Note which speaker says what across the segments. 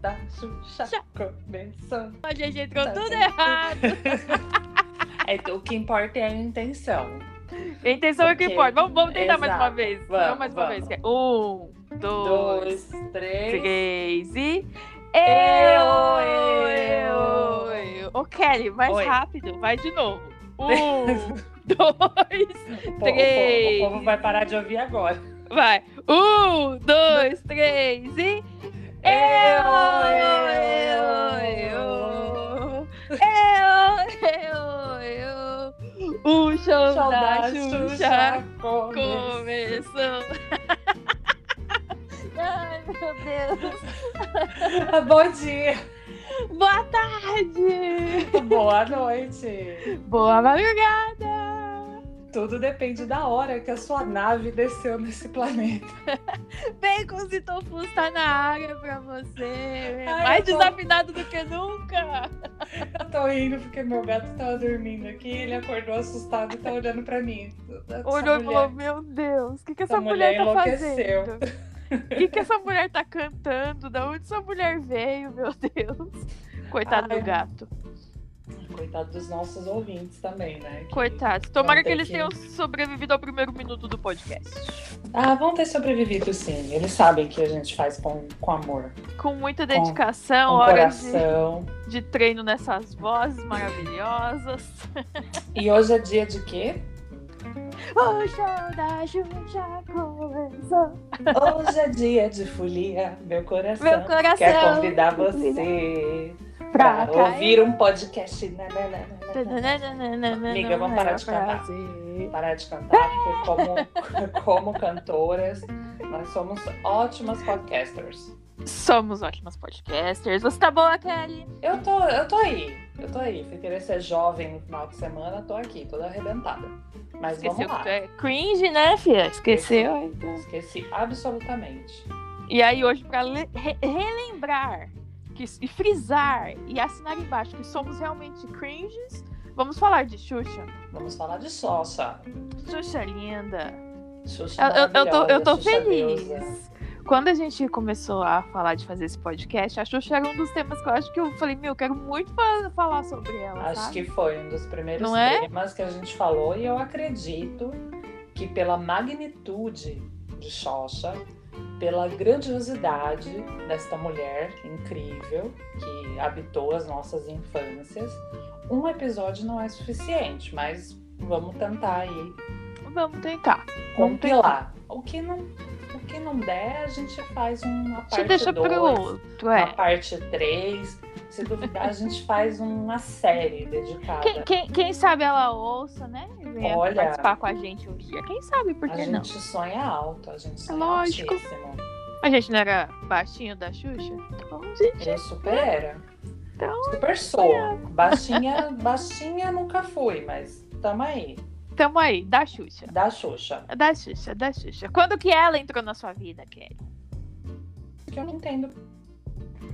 Speaker 1: tá, Benção.
Speaker 2: A gente entrou
Speaker 1: Tá
Speaker 2: tudo
Speaker 1: bem.
Speaker 2: errado.
Speaker 1: É, o que importa é a intenção.
Speaker 2: A intenção é o que
Speaker 1: Ok.
Speaker 2: importa. Vamos, vamos tentar mais uma
Speaker 1: Exato.
Speaker 2: vez. Vamos,
Speaker 1: Vamos,
Speaker 2: mais uma
Speaker 1: vamos.
Speaker 2: vez. Um, dois,
Speaker 1: Dois, três.
Speaker 2: três e.
Speaker 1: Eu,
Speaker 2: Eu, eu. Ô, Kelly, mais
Speaker 1: Oi.
Speaker 2: rápido. Vai de novo. Um, dois.
Speaker 1: O povo, o
Speaker 2: três.
Speaker 1: povo- o povo vai parar de ouvir agora.
Speaker 2: Vai. Um, dois, três e. Eu, eu, eu. Eu, eu, eu. O show da
Speaker 1: Saudade,
Speaker 2: Xuxa
Speaker 1: Xuxa, começou.
Speaker 2: começou. Ai, meu Deus.
Speaker 1: Bom dia,
Speaker 2: Boa tarde.
Speaker 1: boa noite.
Speaker 2: Boa madrugada.
Speaker 1: Tudo depende da hora que a sua nave desceu nesse planeta.
Speaker 2: Bacon e tofu está tá na área pra você.
Speaker 1: Ai,
Speaker 2: Mais
Speaker 1: eu tô-
Speaker 2: desafinado do que nunca.
Speaker 1: Eu tô rindo porque meu gato tava dormindo aqui, ele acordou assustado e tá olhando pra mim. Essa
Speaker 2: Olhou e falou,
Speaker 1: mulher-
Speaker 2: meu Deus, o que, que
Speaker 1: essa
Speaker 2: essa mulher,
Speaker 1: mulher
Speaker 2: tá
Speaker 1: enlouqueceu."
Speaker 2: fazendo? O que, que essa mulher tá cantando? Da onde essa mulher veio, meu Deus? Coitado
Speaker 1: Ai.
Speaker 2: do gato.
Speaker 1: Coitado dos nossos ouvintes também, né? Que-
Speaker 2: Coitado. Tomara
Speaker 1: Vão
Speaker 2: que
Speaker 1: ter
Speaker 2: eles
Speaker 1: que-
Speaker 2: tenham sobrevivido ao primeiro minuto do podcast.
Speaker 1: Ah, vão ter sobrevivido sim. Eles sabem que a gente faz com, com amor,
Speaker 2: Com muita
Speaker 1: Com-
Speaker 2: dedicação,
Speaker 1: com
Speaker 2: horas de,
Speaker 1: coração.
Speaker 2: de treino nessas vozes maravilhosas.
Speaker 1: E hoje é dia de quê?
Speaker 2: O show da Xuxa começou.
Speaker 1: Hoje é dia de folia, meu coração.
Speaker 2: Meu coração.
Speaker 1: Quer convidar você
Speaker 2: Pra
Speaker 1: pra
Speaker 2: cá.
Speaker 1: ouvir um podcast. né, Nananana. Amiga, vamos parar de cantar.
Speaker 2: fazer.
Speaker 1: Parar de cantar, porque como, como cantoras, nós somos ótimas podcasters.
Speaker 2: Somos ótimas podcasters. Você tá boa, Kelly?
Speaker 1: Eu tô, eu tô aí, eu tô aí. Fui querer ser jovem no final de semana, tô aqui, toda arrebentada. Mas
Speaker 2: Esqueceu
Speaker 1: vamos
Speaker 2: que tu
Speaker 1: lá.
Speaker 2: é cringe, né, filha? Esqueceu. então.
Speaker 1: Esqueci absolutamente.
Speaker 2: E aí, hoje, pra le- re- relembrar que, e frisar e assinar embaixo que somos realmente cringes, vamos falar de Xuxa.
Speaker 1: Vamos falar de Sossa.
Speaker 2: Xuxa linda.
Speaker 1: Xuxa
Speaker 2: Eu, eu- eu tô, eu tô
Speaker 1: maravilhosa,
Speaker 2: feliz.
Speaker 1: Xuxa deusa.
Speaker 2: Quando a gente começou a falar de fazer esse podcast, a Xuxa era um dos temas que eu acho que eu falei, meu, eu quero muito fa- falar sobre ela,
Speaker 1: Acho
Speaker 2: sabe?
Speaker 1: que foi um dos primeiros
Speaker 2: Não é?
Speaker 1: temas que a gente falou e eu acredito que pela magnitude de Xoxa, pela grandiosidade desta mulher incrível que habitou as nossas infâncias, um episódio não é suficiente, mas vamos tentar aí
Speaker 2: Vamos tentar. Vamos
Speaker 1: compilar. O que não, o que não der, a gente faz uma
Speaker 2: Você
Speaker 1: parte
Speaker 2: deixa pro
Speaker 1: dois,
Speaker 2: outro,
Speaker 1: uma
Speaker 2: é.
Speaker 1: parte 3. Se duvidar, a gente faz uma série dedicada.
Speaker 2: Quem, quem- quem sabe ela ouça, né? E venha
Speaker 1: Olha.
Speaker 2: participar com a gente um dia. Quem sabe, por
Speaker 1: A
Speaker 2: que
Speaker 1: gente
Speaker 2: não?
Speaker 1: sonha alto, a gente sonha
Speaker 2: Lógico.
Speaker 1: altíssimo.
Speaker 2: A gente não era baixinho da Xuxa? Então, gente,
Speaker 1: Eu super era.
Speaker 2: então
Speaker 1: Super sou. Baixinha, baixinha nunca fui, mas tamo aí.
Speaker 2: tamo aí, da Xuxa. É
Speaker 1: Da Xuxa.
Speaker 2: Da Xuxa, da Xuxa. Quando que ela entrou na sua vida, Kelly?
Speaker 1: Que eu não entendo.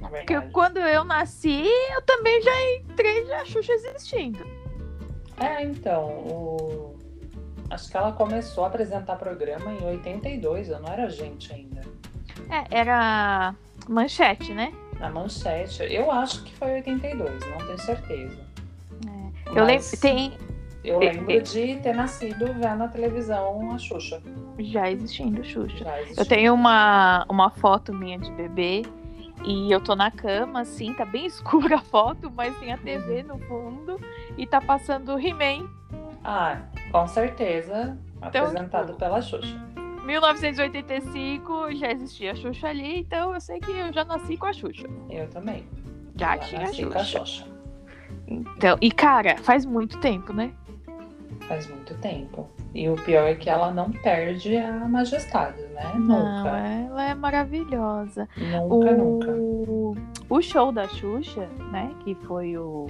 Speaker 1: Na
Speaker 2: Porque
Speaker 1: verdade.
Speaker 2: quando eu nasci, eu também já entrei já a Xuxa existindo.
Speaker 1: É, então, o- acho que ela começou a apresentar programa em 82, eu não era gente ainda.
Speaker 2: É, era manchete, né?
Speaker 1: Na manchete, eu acho que foi 82, não tenho certeza.
Speaker 2: É, Eu
Speaker 1: Mas-
Speaker 2: lembro, tem
Speaker 1: Eu
Speaker 2: Tem-
Speaker 1: lembro de ter nascido vendo a televisão a Xuxa.
Speaker 2: já existindo Xuxa.
Speaker 1: Já
Speaker 2: Eu
Speaker 1: existia.
Speaker 2: tenho uma, uma foto minha de bebê e eu tô na cama, assim, tá bem escura a foto, mas tem a TV
Speaker 1: Uhum.
Speaker 2: no fundo e tá passando He-Man,
Speaker 1: Ah, com certeza. apresentado
Speaker 2: tipo-
Speaker 1: pela Xuxa.
Speaker 2: 1985, já existia a Xuxa ali, então eu sei que eu já nasci com a Xuxa.
Speaker 1: Eu também.
Speaker 2: Já
Speaker 1: Eu
Speaker 2: tinha a
Speaker 1: nasci com
Speaker 2: Xuxa.
Speaker 1: a Xuxa.
Speaker 2: Então, e cara, faz muito tempo, né?
Speaker 1: Faz muito tempo. E o pior é que ela não perde a majestade, né?
Speaker 2: Não,
Speaker 1: nunca.
Speaker 2: ela é maravilhosa.
Speaker 1: Nunca,
Speaker 2: o...
Speaker 1: nunca.
Speaker 2: O show da Xuxa, né? Que foi o.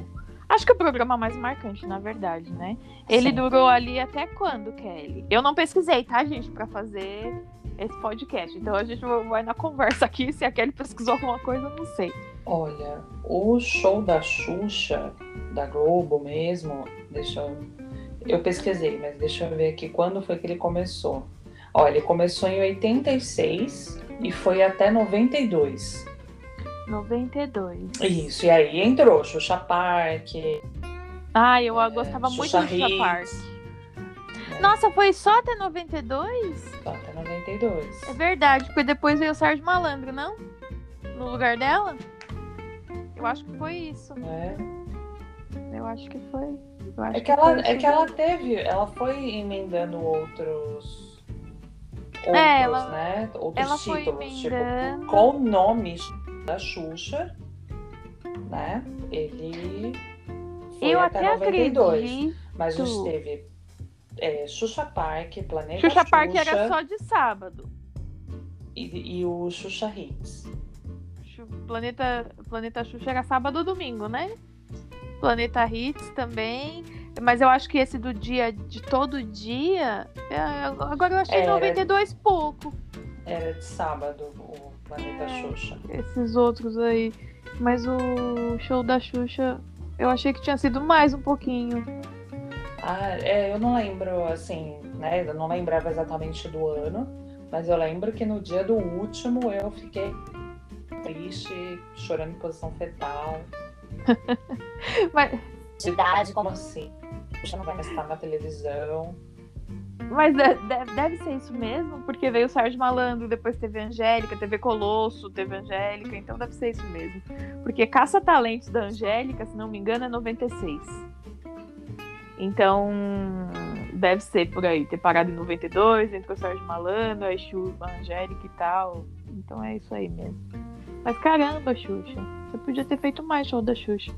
Speaker 2: Acho que o programa mais marcante, na verdade, né? Ele
Speaker 1: Sim.
Speaker 2: durou ali até quando, Kelly? Eu não pesquisei, tá, gente, pra fazer esse podcast. Então a gente vai na conversa aqui. Se a Kelly pesquisou alguma coisa, eu não sei.
Speaker 1: Olha, o show da Xuxa, da Globo mesmo, deixa eu. Eu pesquisei, mas deixa eu ver aqui quando foi que ele começou. Olha, ele começou em 86 e foi até 92.
Speaker 2: 92.
Speaker 1: Isso, e aí entrou Xuxa Park,
Speaker 2: Ah, eu gostava muito
Speaker 1: É, Xuxa né?
Speaker 2: do Xuxa Park.
Speaker 1: Hits,
Speaker 2: Nossa, foi só até 92?
Speaker 1: só tá, até 92.
Speaker 2: É verdade, porque depois veio o Sérgio Malandro, não? No lugar dela? Eu acho que foi isso.
Speaker 1: né?
Speaker 2: Eu acho que foi. Eu acho
Speaker 1: É que ela,
Speaker 2: foi
Speaker 1: é
Speaker 2: isso
Speaker 1: que ela teve, ela foi emendando outros. Outros,
Speaker 2: É, ela-
Speaker 1: né? Outros
Speaker 2: Ela foi
Speaker 1: títulos,
Speaker 2: emendando.
Speaker 1: tipo, com o nome da Xuxa, né? Ele tipo, foi
Speaker 2: Eu
Speaker 1: até,
Speaker 2: até
Speaker 1: 92.
Speaker 2: acredito.
Speaker 1: Mas a gente
Speaker 2: acredito.
Speaker 1: teve é, Xuxa Park, Planeta Xuxa.
Speaker 2: Xuxa Park era só de sábado.
Speaker 1: e, e o Xuxa Hits.
Speaker 2: Xu- Planeta, Planeta Xuxa era sábado ou domingo, né? Planeta Hits também. Mas eu acho que esse do dia de todo dia. é, Agora eu achei
Speaker 1: Era.
Speaker 2: 92 pouco.
Speaker 1: Era de sábado o Planeta
Speaker 2: É.
Speaker 1: Xuxa.
Speaker 2: esses outros aí. Mas o show da Xuxa, eu achei que tinha sido mais um pouquinho.
Speaker 1: Ah, é, eu não lembro, assim, né? Eu não lembrava exatamente do ano, mas eu lembro que no dia do último eu fiquei triste, chorando em posição fetal.
Speaker 2: Mas,
Speaker 1: Cidade, como assim? Puxa, não vai estar na televisão.
Speaker 2: mas de- de- deve ser isso mesmo, porque veio o Sérgio Malandro, depois teve Angélica, teve Colosso, teve Angélica, então deve ser isso mesmo. Porque Caça Talentos da Angélica, se não me engano, é 96. Então, deve ser por aí, ter parado em 92, entrou o Sérgio Malandro, aí Xuxa, Angélica e tal. Então é isso aí mesmo. Mas caramba, Xuxa, você podia ter feito mais show da Xuxa.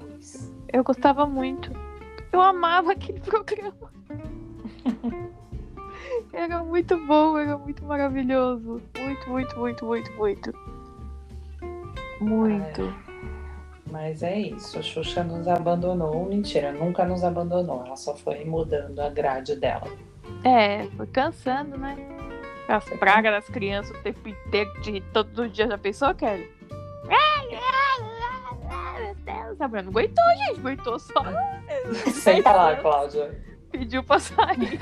Speaker 1: Pois.
Speaker 2: Eu gostava muito. Eu amava aquele programa. era muito bom, era muito maravilhoso. Muito, muito, muito, muito, muito. Muito.
Speaker 1: Mas é isso, a Xuxa nos abandonou. Mentira, nunca nos abandonou. Ela só foi mudando a grade dela.
Speaker 2: É, foi cansando, né? As
Speaker 1: É.
Speaker 2: pragas das crianças o tempo inteiro, de, todos os dias. Já pensou, Kelly? Meu Deus, a mulher não aguentou, gente. Aguentou só.
Speaker 1: Senta lá, Cláudia.
Speaker 2: Pediu pra sair.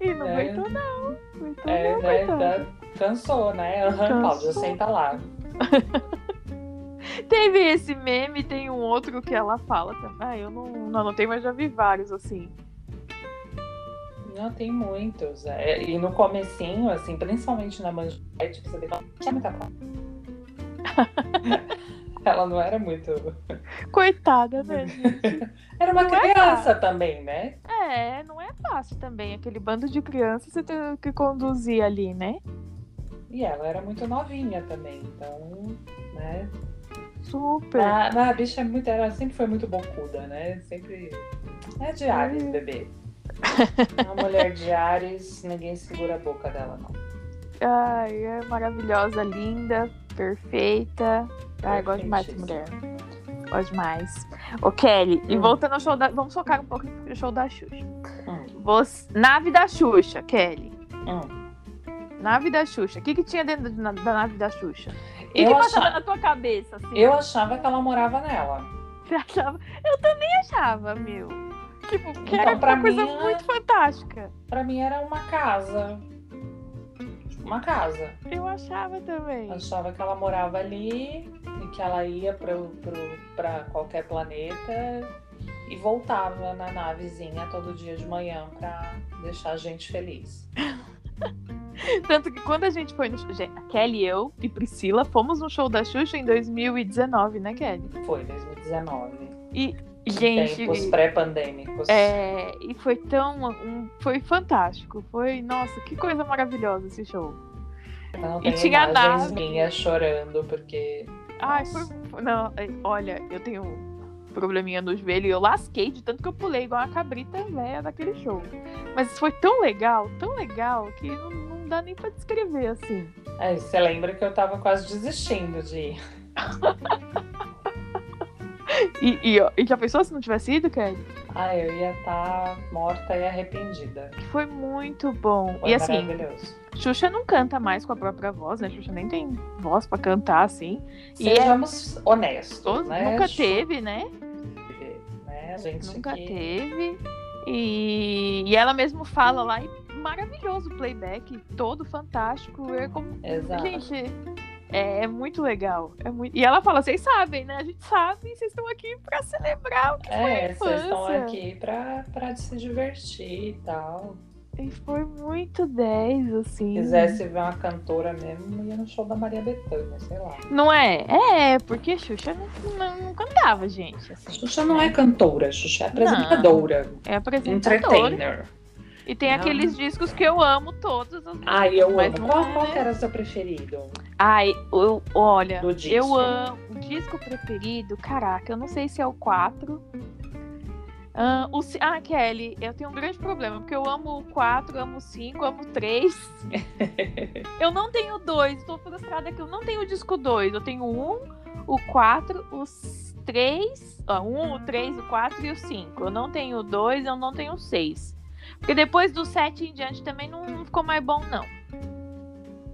Speaker 2: e não
Speaker 1: É.
Speaker 2: aguentou, não. Aguentou,
Speaker 1: É,
Speaker 2: não,
Speaker 1: né,
Speaker 2: coitada.
Speaker 1: tá- cansou, né? Aham, Cláudia,
Speaker 2: Cansou.
Speaker 1: senta lá.
Speaker 2: Teve esse meme, tem um outro que ela fala também. Ah, eu não, não anotei, mas já vi vários, assim.
Speaker 1: Não, tem muitos. é, E no comecinho, assim, principalmente na manchete, você vê que ela não tinha muita classe. Ela não era muito.
Speaker 2: Coitada, né? gente?
Speaker 1: Era uma
Speaker 2: Não era.
Speaker 1: criança também, né?
Speaker 2: é, não é fácil também. Aquele bando de crianças você tem que conduzir ali, né?
Speaker 1: E ela era muito novinha também, então, né?
Speaker 2: Super.
Speaker 1: A, a bicha é muito, ela sempre foi muito bocuda, né? Sempre. É de Ares, bebê. Uma mulher de Ares, ninguém segura a boca dela, não.
Speaker 2: Ai, é maravilhosa, linda, perfeita. Ai, gosto demais dessa mulher.
Speaker 1: Perfeitíssima.
Speaker 2: Gosto demais. Ô, Kelly, e
Speaker 1: Hum.
Speaker 2: voltando ao show da. Vamos focar um pouco no show da Xuxa.
Speaker 1: Hum,
Speaker 2: Você... Nave da Xuxa, Kelly.
Speaker 1: hum.
Speaker 2: Nave da Xuxa. O que, que tinha dentro da da nave da Xuxa? O que,
Speaker 1: Eu
Speaker 2: que
Speaker 1: achava-
Speaker 2: passava na tua cabeça, assim?
Speaker 1: Eu achava que ela morava nela.
Speaker 2: Você achava? Eu também achava, meu. Tipo, que era
Speaker 1: Então, pra
Speaker 2: uma coisa
Speaker 1: mim, ela-
Speaker 2: muito fantástica.
Speaker 1: Pra mim era uma casa. Uma casa.
Speaker 2: Eu achava também.
Speaker 1: Eu achava que ela morava ali e que ela ia pro, pro, pra qualquer planeta e voltava na navezinha todo dia de manhã pra deixar a gente feliz.
Speaker 2: Tanto que quando a gente foi no show... Gente, a Kelly, eu e Priscila fomos no show da Xuxa em 2019, né, Kelly?
Speaker 1: Foi 2019. É,
Speaker 2: Gente,
Speaker 1: Tempos pré-pandêmicos.
Speaker 2: é... e foi tão... um- Foi fantástico. Foi, nossa, que coisa maravilhosa esse show.
Speaker 1: Não
Speaker 2: e
Speaker 1: tem
Speaker 2: tinha
Speaker 1: imagens
Speaker 2: nave.
Speaker 1: minhas chorando porque
Speaker 2: Ai,
Speaker 1: Nossa.
Speaker 2: foi- Não, é, olha, eu tenho um probleminha no joelho e eu lasquei de tanto que eu pulei igual uma cabrita velha daquele show. Mas foi tão legal, tão legal, que não, não dá nem pra descrever, assim.
Speaker 1: É, você lembra que eu tava quase desistindo de ir.
Speaker 2: E, e, ó, e já pensou se não tivesse ido, Kelly?
Speaker 1: Ah, eu ia estar morta e arrependida.
Speaker 2: Que foi muito bom.
Speaker 1: Foi
Speaker 2: e assim,
Speaker 1: maravilhoso.
Speaker 2: Xuxa não canta mais com a própria voz, né? Xuxa nem tem voz pra cantar, assim. E é-
Speaker 1: Sejamos honestos, né?
Speaker 2: Nunca teve, né?
Speaker 1: Né? A gente
Speaker 2: Nunca
Speaker 1: que-
Speaker 2: teve. E, e ela mesmo fala lá, e maravilhoso o playback, todo fantástico. É como...
Speaker 1: Exato.
Speaker 2: Gente, é, é muito legal. É muito... E ela fala, vocês sabem, né? A gente sabe, vocês estão aqui pra celebrar o que foi a
Speaker 1: É, vocês estão
Speaker 2: infância."
Speaker 1: aqui pra, pra se divertir e tal.
Speaker 2: E foi muito 10, assim.
Speaker 1: Se quisesse ver uma cantora mesmo, ia no show da Maria Bethânia, sei lá.
Speaker 2: Não é? É, porque Xuxa não, não, não cantava, gente. assim.
Speaker 1: Xuxa não é cantora, Xuxa é apresentadora,
Speaker 2: É apresentadora.
Speaker 1: entertainer.
Speaker 2: E tem
Speaker 1: Não.
Speaker 2: aqueles discos que eu amo todos. Os...
Speaker 1: Ai, eu
Speaker 2: Mas
Speaker 1: amo.
Speaker 2: não
Speaker 1: Qual,
Speaker 2: é.
Speaker 1: qual que era o seu preferido
Speaker 2: Ai, eu, olha,
Speaker 1: do disco?
Speaker 2: eu amo. O disco preferido, caraca, eu não sei se é o 4. Ah, o, ci- ah, Kelly, eu tenho um grande problema, porque eu amo o 4, amo o 5, amo o 3. eu não tenho dois, tô frustrada que eu não tenho o disco 2. Eu tenho um, o 4, os 3. Ó, um, o 3, o 4 e o 5. Eu não tenho o 2, eu não tenho o 6. Porque depois do 7 em diante também não, não ficou mais bom, não.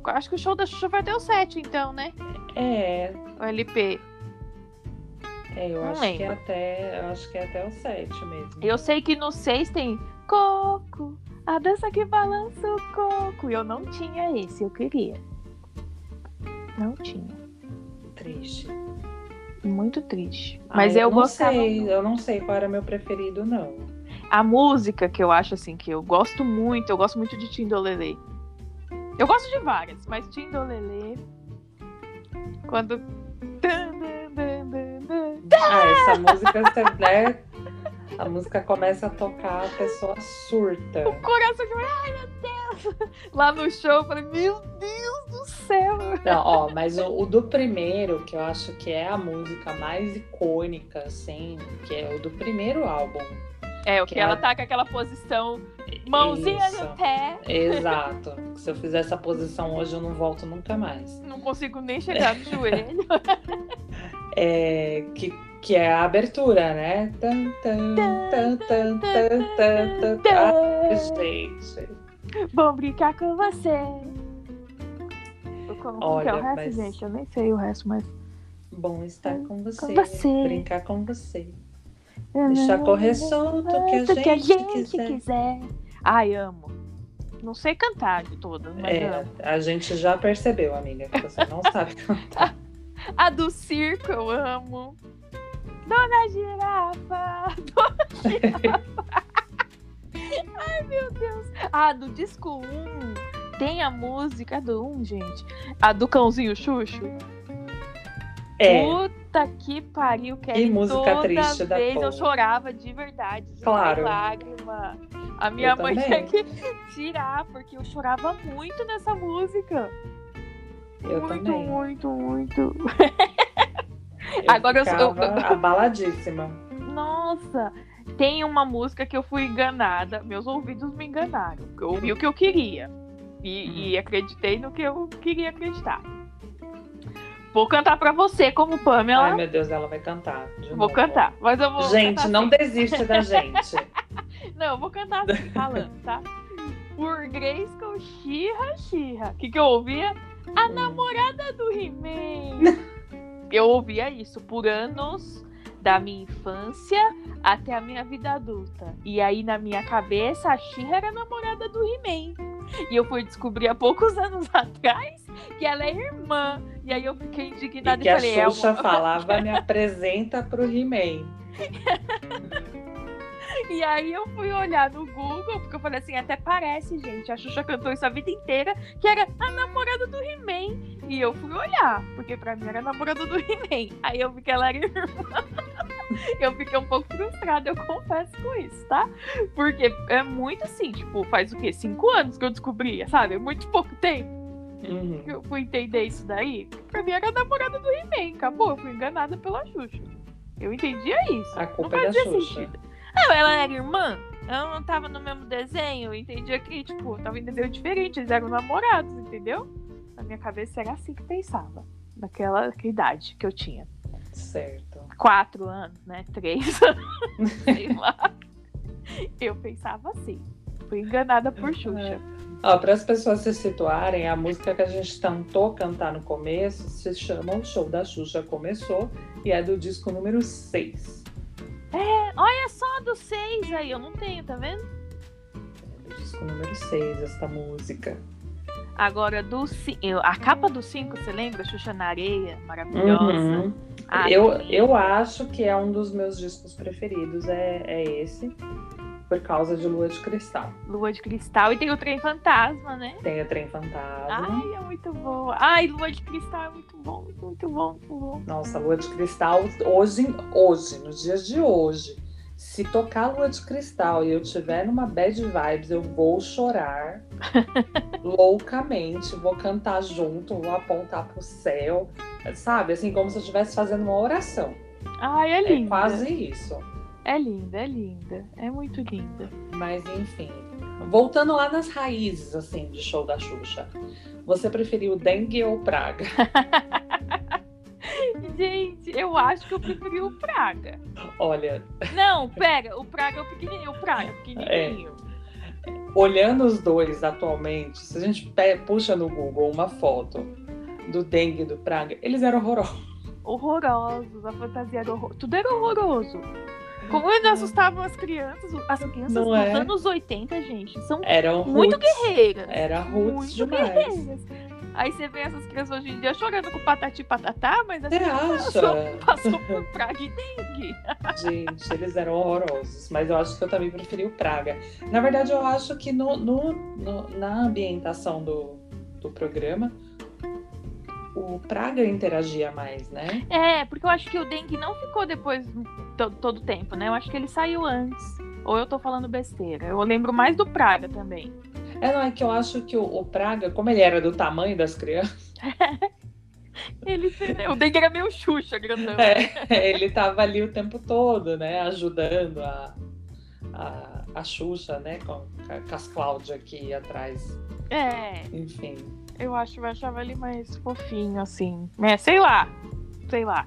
Speaker 2: Eu Acho que o show da Xuxa vai ter o 7, então, né?
Speaker 1: É,
Speaker 2: O LP.
Speaker 1: é, eu
Speaker 2: Não
Speaker 1: acho que é
Speaker 2: lembro.
Speaker 1: até, eu acho que é até o 7 mesmo.
Speaker 2: Eu sei que no 6 tem Coco, a dança que balança o coco. E eu não tinha esse, eu queria. Não tinha.
Speaker 1: Triste.
Speaker 2: Muito triste.
Speaker 1: Ah,
Speaker 2: Mas eu
Speaker 1: não
Speaker 2: gostava.
Speaker 1: sei, eu não sei qual era meu preferido não.
Speaker 2: A música que eu acho assim, que eu gosto muito, eu gosto muito de Tindolelê. Eu gosto de várias, mas Tindolelê. Quando. Tan, tan, tan, tan, tan.
Speaker 1: Ah, essa música você né? A música começa a tocar, a pessoa surta.
Speaker 2: O Um coração que vai, ai meu Deus! Lá no show, eu falei, meu Deus do céu!
Speaker 1: Não, ó, mas o, o do primeiro, que eu acho que é a música mais icônica, assim, que é o do primeiro álbum.
Speaker 2: É, o que,
Speaker 1: Que
Speaker 2: ela
Speaker 1: ela-
Speaker 2: tá com aquela posição, mãozinha no
Speaker 1: Isso.
Speaker 2: pé,
Speaker 1: Exato. Se eu fizer essa posição hoje, eu não volto nunca mais.
Speaker 2: não consigo nem chegar no joelho.
Speaker 1: É, que, que é a abertura, né? Tan, tan, tan, tan, tan, tan, tan, tan. Ai, Gente,
Speaker 2: Bom brincar com você! Como como que é o
Speaker 1: Olha,
Speaker 2: resto,
Speaker 1: mas-
Speaker 2: gente? Eu nem sei o resto, mas.
Speaker 1: bom estar com você,
Speaker 2: você.
Speaker 1: brincar com você.
Speaker 2: é
Speaker 1: Deixar correr solto o que a
Speaker 2: Tudo
Speaker 1: gente, quiser.
Speaker 2: Ai, amo. Não sei cantar de todas, mas
Speaker 1: É,
Speaker 2: amo.
Speaker 1: a gente já percebeu, amiga, que você não sabe cantar.
Speaker 2: A do circo eu amo. Dona Girafa! Dona Girafa! Ai, meu Deus! Ah, do disco 1 tem a música do 1, gente. A do cãozinho Xuxo.
Speaker 1: É.
Speaker 2: Puta que pariu, Kelly.
Speaker 1: música
Speaker 2: Toda
Speaker 1: triste
Speaker 2: vez
Speaker 1: da porra.
Speaker 2: eu chorava de verdade. De
Speaker 1: Claro.
Speaker 2: lágrima. A minha
Speaker 1: Eu
Speaker 2: mãe
Speaker 1: também.
Speaker 2: tinha que tirar, porque eu chorava muito nessa música.
Speaker 1: Eu
Speaker 2: muito,
Speaker 1: também.
Speaker 2: muito, muito.
Speaker 1: Eu
Speaker 2: Agora eu sou- eu-
Speaker 1: ficava abaladíssima.
Speaker 2: Nossa, tem uma música que eu fui enganada, meus ouvidos me enganaram. porque Eu ouvi o que eu queria e,
Speaker 1: Uhum.
Speaker 2: e acreditei no que eu queria acreditar. Vou cantar pra você como Pamela.
Speaker 1: Ai, meu Deus, ela vai cantar. de
Speaker 2: vou
Speaker 1: novo.
Speaker 2: cantar, mas eu vou.
Speaker 1: Gente,
Speaker 2: cantar
Speaker 1: não
Speaker 2: assim.
Speaker 1: desiste da gente.
Speaker 2: Não, eu vou cantar assim, falando, tá? Por Grace com Xirra Xirra. O que, que eu ouvia? A
Speaker 1: Hum.
Speaker 2: namorada do He-Man. eu ouvia isso por anos da minha infância até a minha vida adulta. E aí, na minha cabeça, a Xirra era a namorada do He-Man. E eu fui descobrir há poucos anos atrás que ela é irmã. E aí eu fiquei
Speaker 1: E
Speaker 2: indignada e,
Speaker 1: que a
Speaker 2: falei, é
Speaker 1: Xuxa
Speaker 2: uma-
Speaker 1: falava, me apresenta pro He-Man.
Speaker 2: E aí eu fui olhar no Google, porque eu falei assim, até parece, gente. A Xuxa cantou isso a vida inteira, que era a namorada do He-Man. E eu fui olhar, porque pra mim era a namorada do He-Man. Aí eu vi que ela era irmã. Eu fiquei um pouco frustrada, eu confesso com isso, tá? Porque é muito assim, tipo, faz o quê? Cinco anos que eu descobri, sabe? É muito pouco tempo
Speaker 1: Uhum.
Speaker 2: que eu fui entender isso daí. Pra mim era a namorada do He-Man, acabou. Eu fui enganada pela Xuxa. Eu entendia isso.
Speaker 1: A culpa
Speaker 2: não assim,
Speaker 1: é da
Speaker 2: fazia
Speaker 1: Xuxa.
Speaker 2: sentido. Não, ela era irmã. Ela não tava no mesmo desenho. Eu entendia que, tipo, tava em desenho diferente. Eles eram namorados, entendeu? Na minha cabeça era assim que pensava. Naquela naquela idade que eu tinha.
Speaker 1: Certo.
Speaker 2: Quatro anos, né? Três anos. sei lá. Eu pensava assim. Fui enganada por Xuxa.
Speaker 1: para as pessoas se situarem, a música que a gente tentou cantar no começo se chama O Show da Xuxa Começou e é do disco número 6.
Speaker 2: Olha só do seis aí. Eu não tenho, tá vendo?
Speaker 1: disco número 6, esta música.
Speaker 2: Agora, do, ci- eu- a capa do 5, você lembra? Xuxa na areia, maravilhosa.
Speaker 1: Uhum.
Speaker 2: Ah,
Speaker 1: eu,
Speaker 2: sim.
Speaker 1: eu acho que é um dos meus discos preferidos, é, é esse, por causa de Lua de Cristal.
Speaker 2: Lua de Cristal e tem o Trem Fantasma, né?
Speaker 1: Tem o Trem Fantasma.
Speaker 2: Ai, é muito bom. Ai, Lua de Cristal é muito bom, muito bom, muito bom.
Speaker 1: Nossa, Lua de Cristal, hoje, hoje, nos dias de hoje, se tocar Lua de Cristal e eu tiver numa bad vibes, eu vou chorar loucamente, vou cantar junto, vou apontar pro céu, sabe? Assim, como se eu estivesse fazendo uma oração.
Speaker 2: Ai, é
Speaker 1: É
Speaker 2: linda.
Speaker 1: quase isso.
Speaker 2: É linda, é linda. É muito linda.
Speaker 1: Mas enfim. Voltando lá nas raízes, assim, de show da Xuxa. Você preferiu dengue ou praga?
Speaker 2: Gente, eu acho que eu preferi o Praga.
Speaker 1: Olha,
Speaker 2: Não, pera, o Praga é o pequenininho, o Praga é o pequenininho.
Speaker 1: olhando os dois atualmente, se a gente pe- puxa no Google uma foto do dengue e do praga, eles eram horrorosos.
Speaker 2: Horrorosos, a fantasia era horrorosa. Tudo era horroroso. Como eles assustavam as crianças? As crianças
Speaker 1: Não
Speaker 2: dos
Speaker 1: é?
Speaker 2: anos 80, gente, são
Speaker 1: Eram
Speaker 2: muito
Speaker 1: roots. É,
Speaker 2: guerreiras.
Speaker 1: Era roots
Speaker 2: muito
Speaker 1: demais.
Speaker 2: guerreiras. Aí você vê essas crianças hoje em dia chorando com patati e patatá, mas
Speaker 1: Você
Speaker 2: assim,
Speaker 1: acha?
Speaker 2: passou por praga e dengue.
Speaker 1: Gente, eles eram horrorosos. Mas eu acho que eu também preferi o praga. Na verdade, eu acho que no, no- no- na ambientação do, do programa, o praga interagia mais, né?
Speaker 2: É, porque eu acho que o dengue não ficou depois to- todo o tempo, né? Eu acho que ele saiu antes. Ou eu tô falando besteira. Eu lembro mais do Praga também.
Speaker 1: É, não, é que eu acho que o, o Praga, como ele era do tamanho das crianças,
Speaker 2: Ele, né? o dengue era meio Xuxa, grandão.
Speaker 1: é, ele tava ali o tempo todo, né? Ajudando a, a, a Xuxa, né? Com, com as Cláudia aqui atrás.
Speaker 2: É,
Speaker 1: Enfim.
Speaker 2: eu acho, eu achava ele mais fofinho, assim. É, sei lá, sei lá.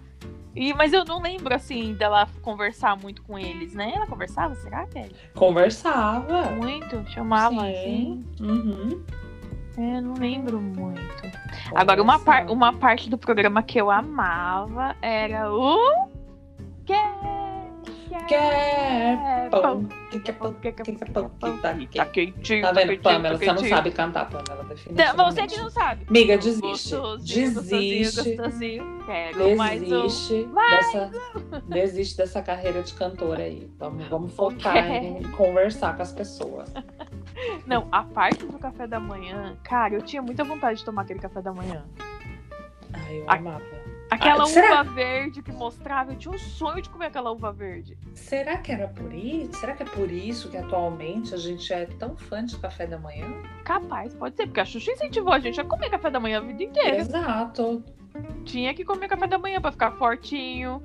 Speaker 2: E, mas eu não lembro, assim, dela conversar muito com eles, né? Ela conversava, será, é? velho?
Speaker 1: Conversava.
Speaker 2: Muito, chamava,
Speaker 1: Sim. Uhum.
Speaker 2: assim. É, eu não lembro muito. Agora, uma, par-
Speaker 1: Conversava.
Speaker 2: uma parte do programa que eu amava era o. Quer.
Speaker 1: Quer pão, que quer pão,
Speaker 2: Quer
Speaker 1: que quer pão, que tá quente.
Speaker 2: Tá quentinho,
Speaker 1: Tá vendo,
Speaker 2: quentinho,
Speaker 1: Pamela? Você não
Speaker 2: quentinho.
Speaker 1: sabe cantar, Pamela,
Speaker 2: Não,
Speaker 1: definitivamente.
Speaker 2: Você que não sabe.
Speaker 1: Miga, desiste.
Speaker 2: Gostosinho,
Speaker 1: Desiste.
Speaker 2: gostosinho, gostosinho. Quero mais um.
Speaker 1: Desiste
Speaker 2: Mais
Speaker 1: dessa, desiste dessa carreira de cantora aí. Vamos, vamos
Speaker 2: Não
Speaker 1: focar
Speaker 2: quero.
Speaker 1: em conversar com as pessoas.
Speaker 2: Não, a parte do café da manhã, cara, eu tinha muita vontade de tomar aquele café da manhã.
Speaker 1: Ai, eu
Speaker 2: Ah.
Speaker 1: amava.
Speaker 2: Aquela
Speaker 1: Ah, será?
Speaker 2: uva verde que mostrava, eu tinha um sonho de comer aquela uva verde.
Speaker 1: Será que era por isso? Será que é por isso que atualmente a gente é tão fã de café da manhã?
Speaker 2: Capaz, pode ser, porque a Xuxa incentivou a gente a comer café da manhã a vida inteira.
Speaker 1: Exato.
Speaker 2: tinha que comer café da manhã pra ficar fortinho,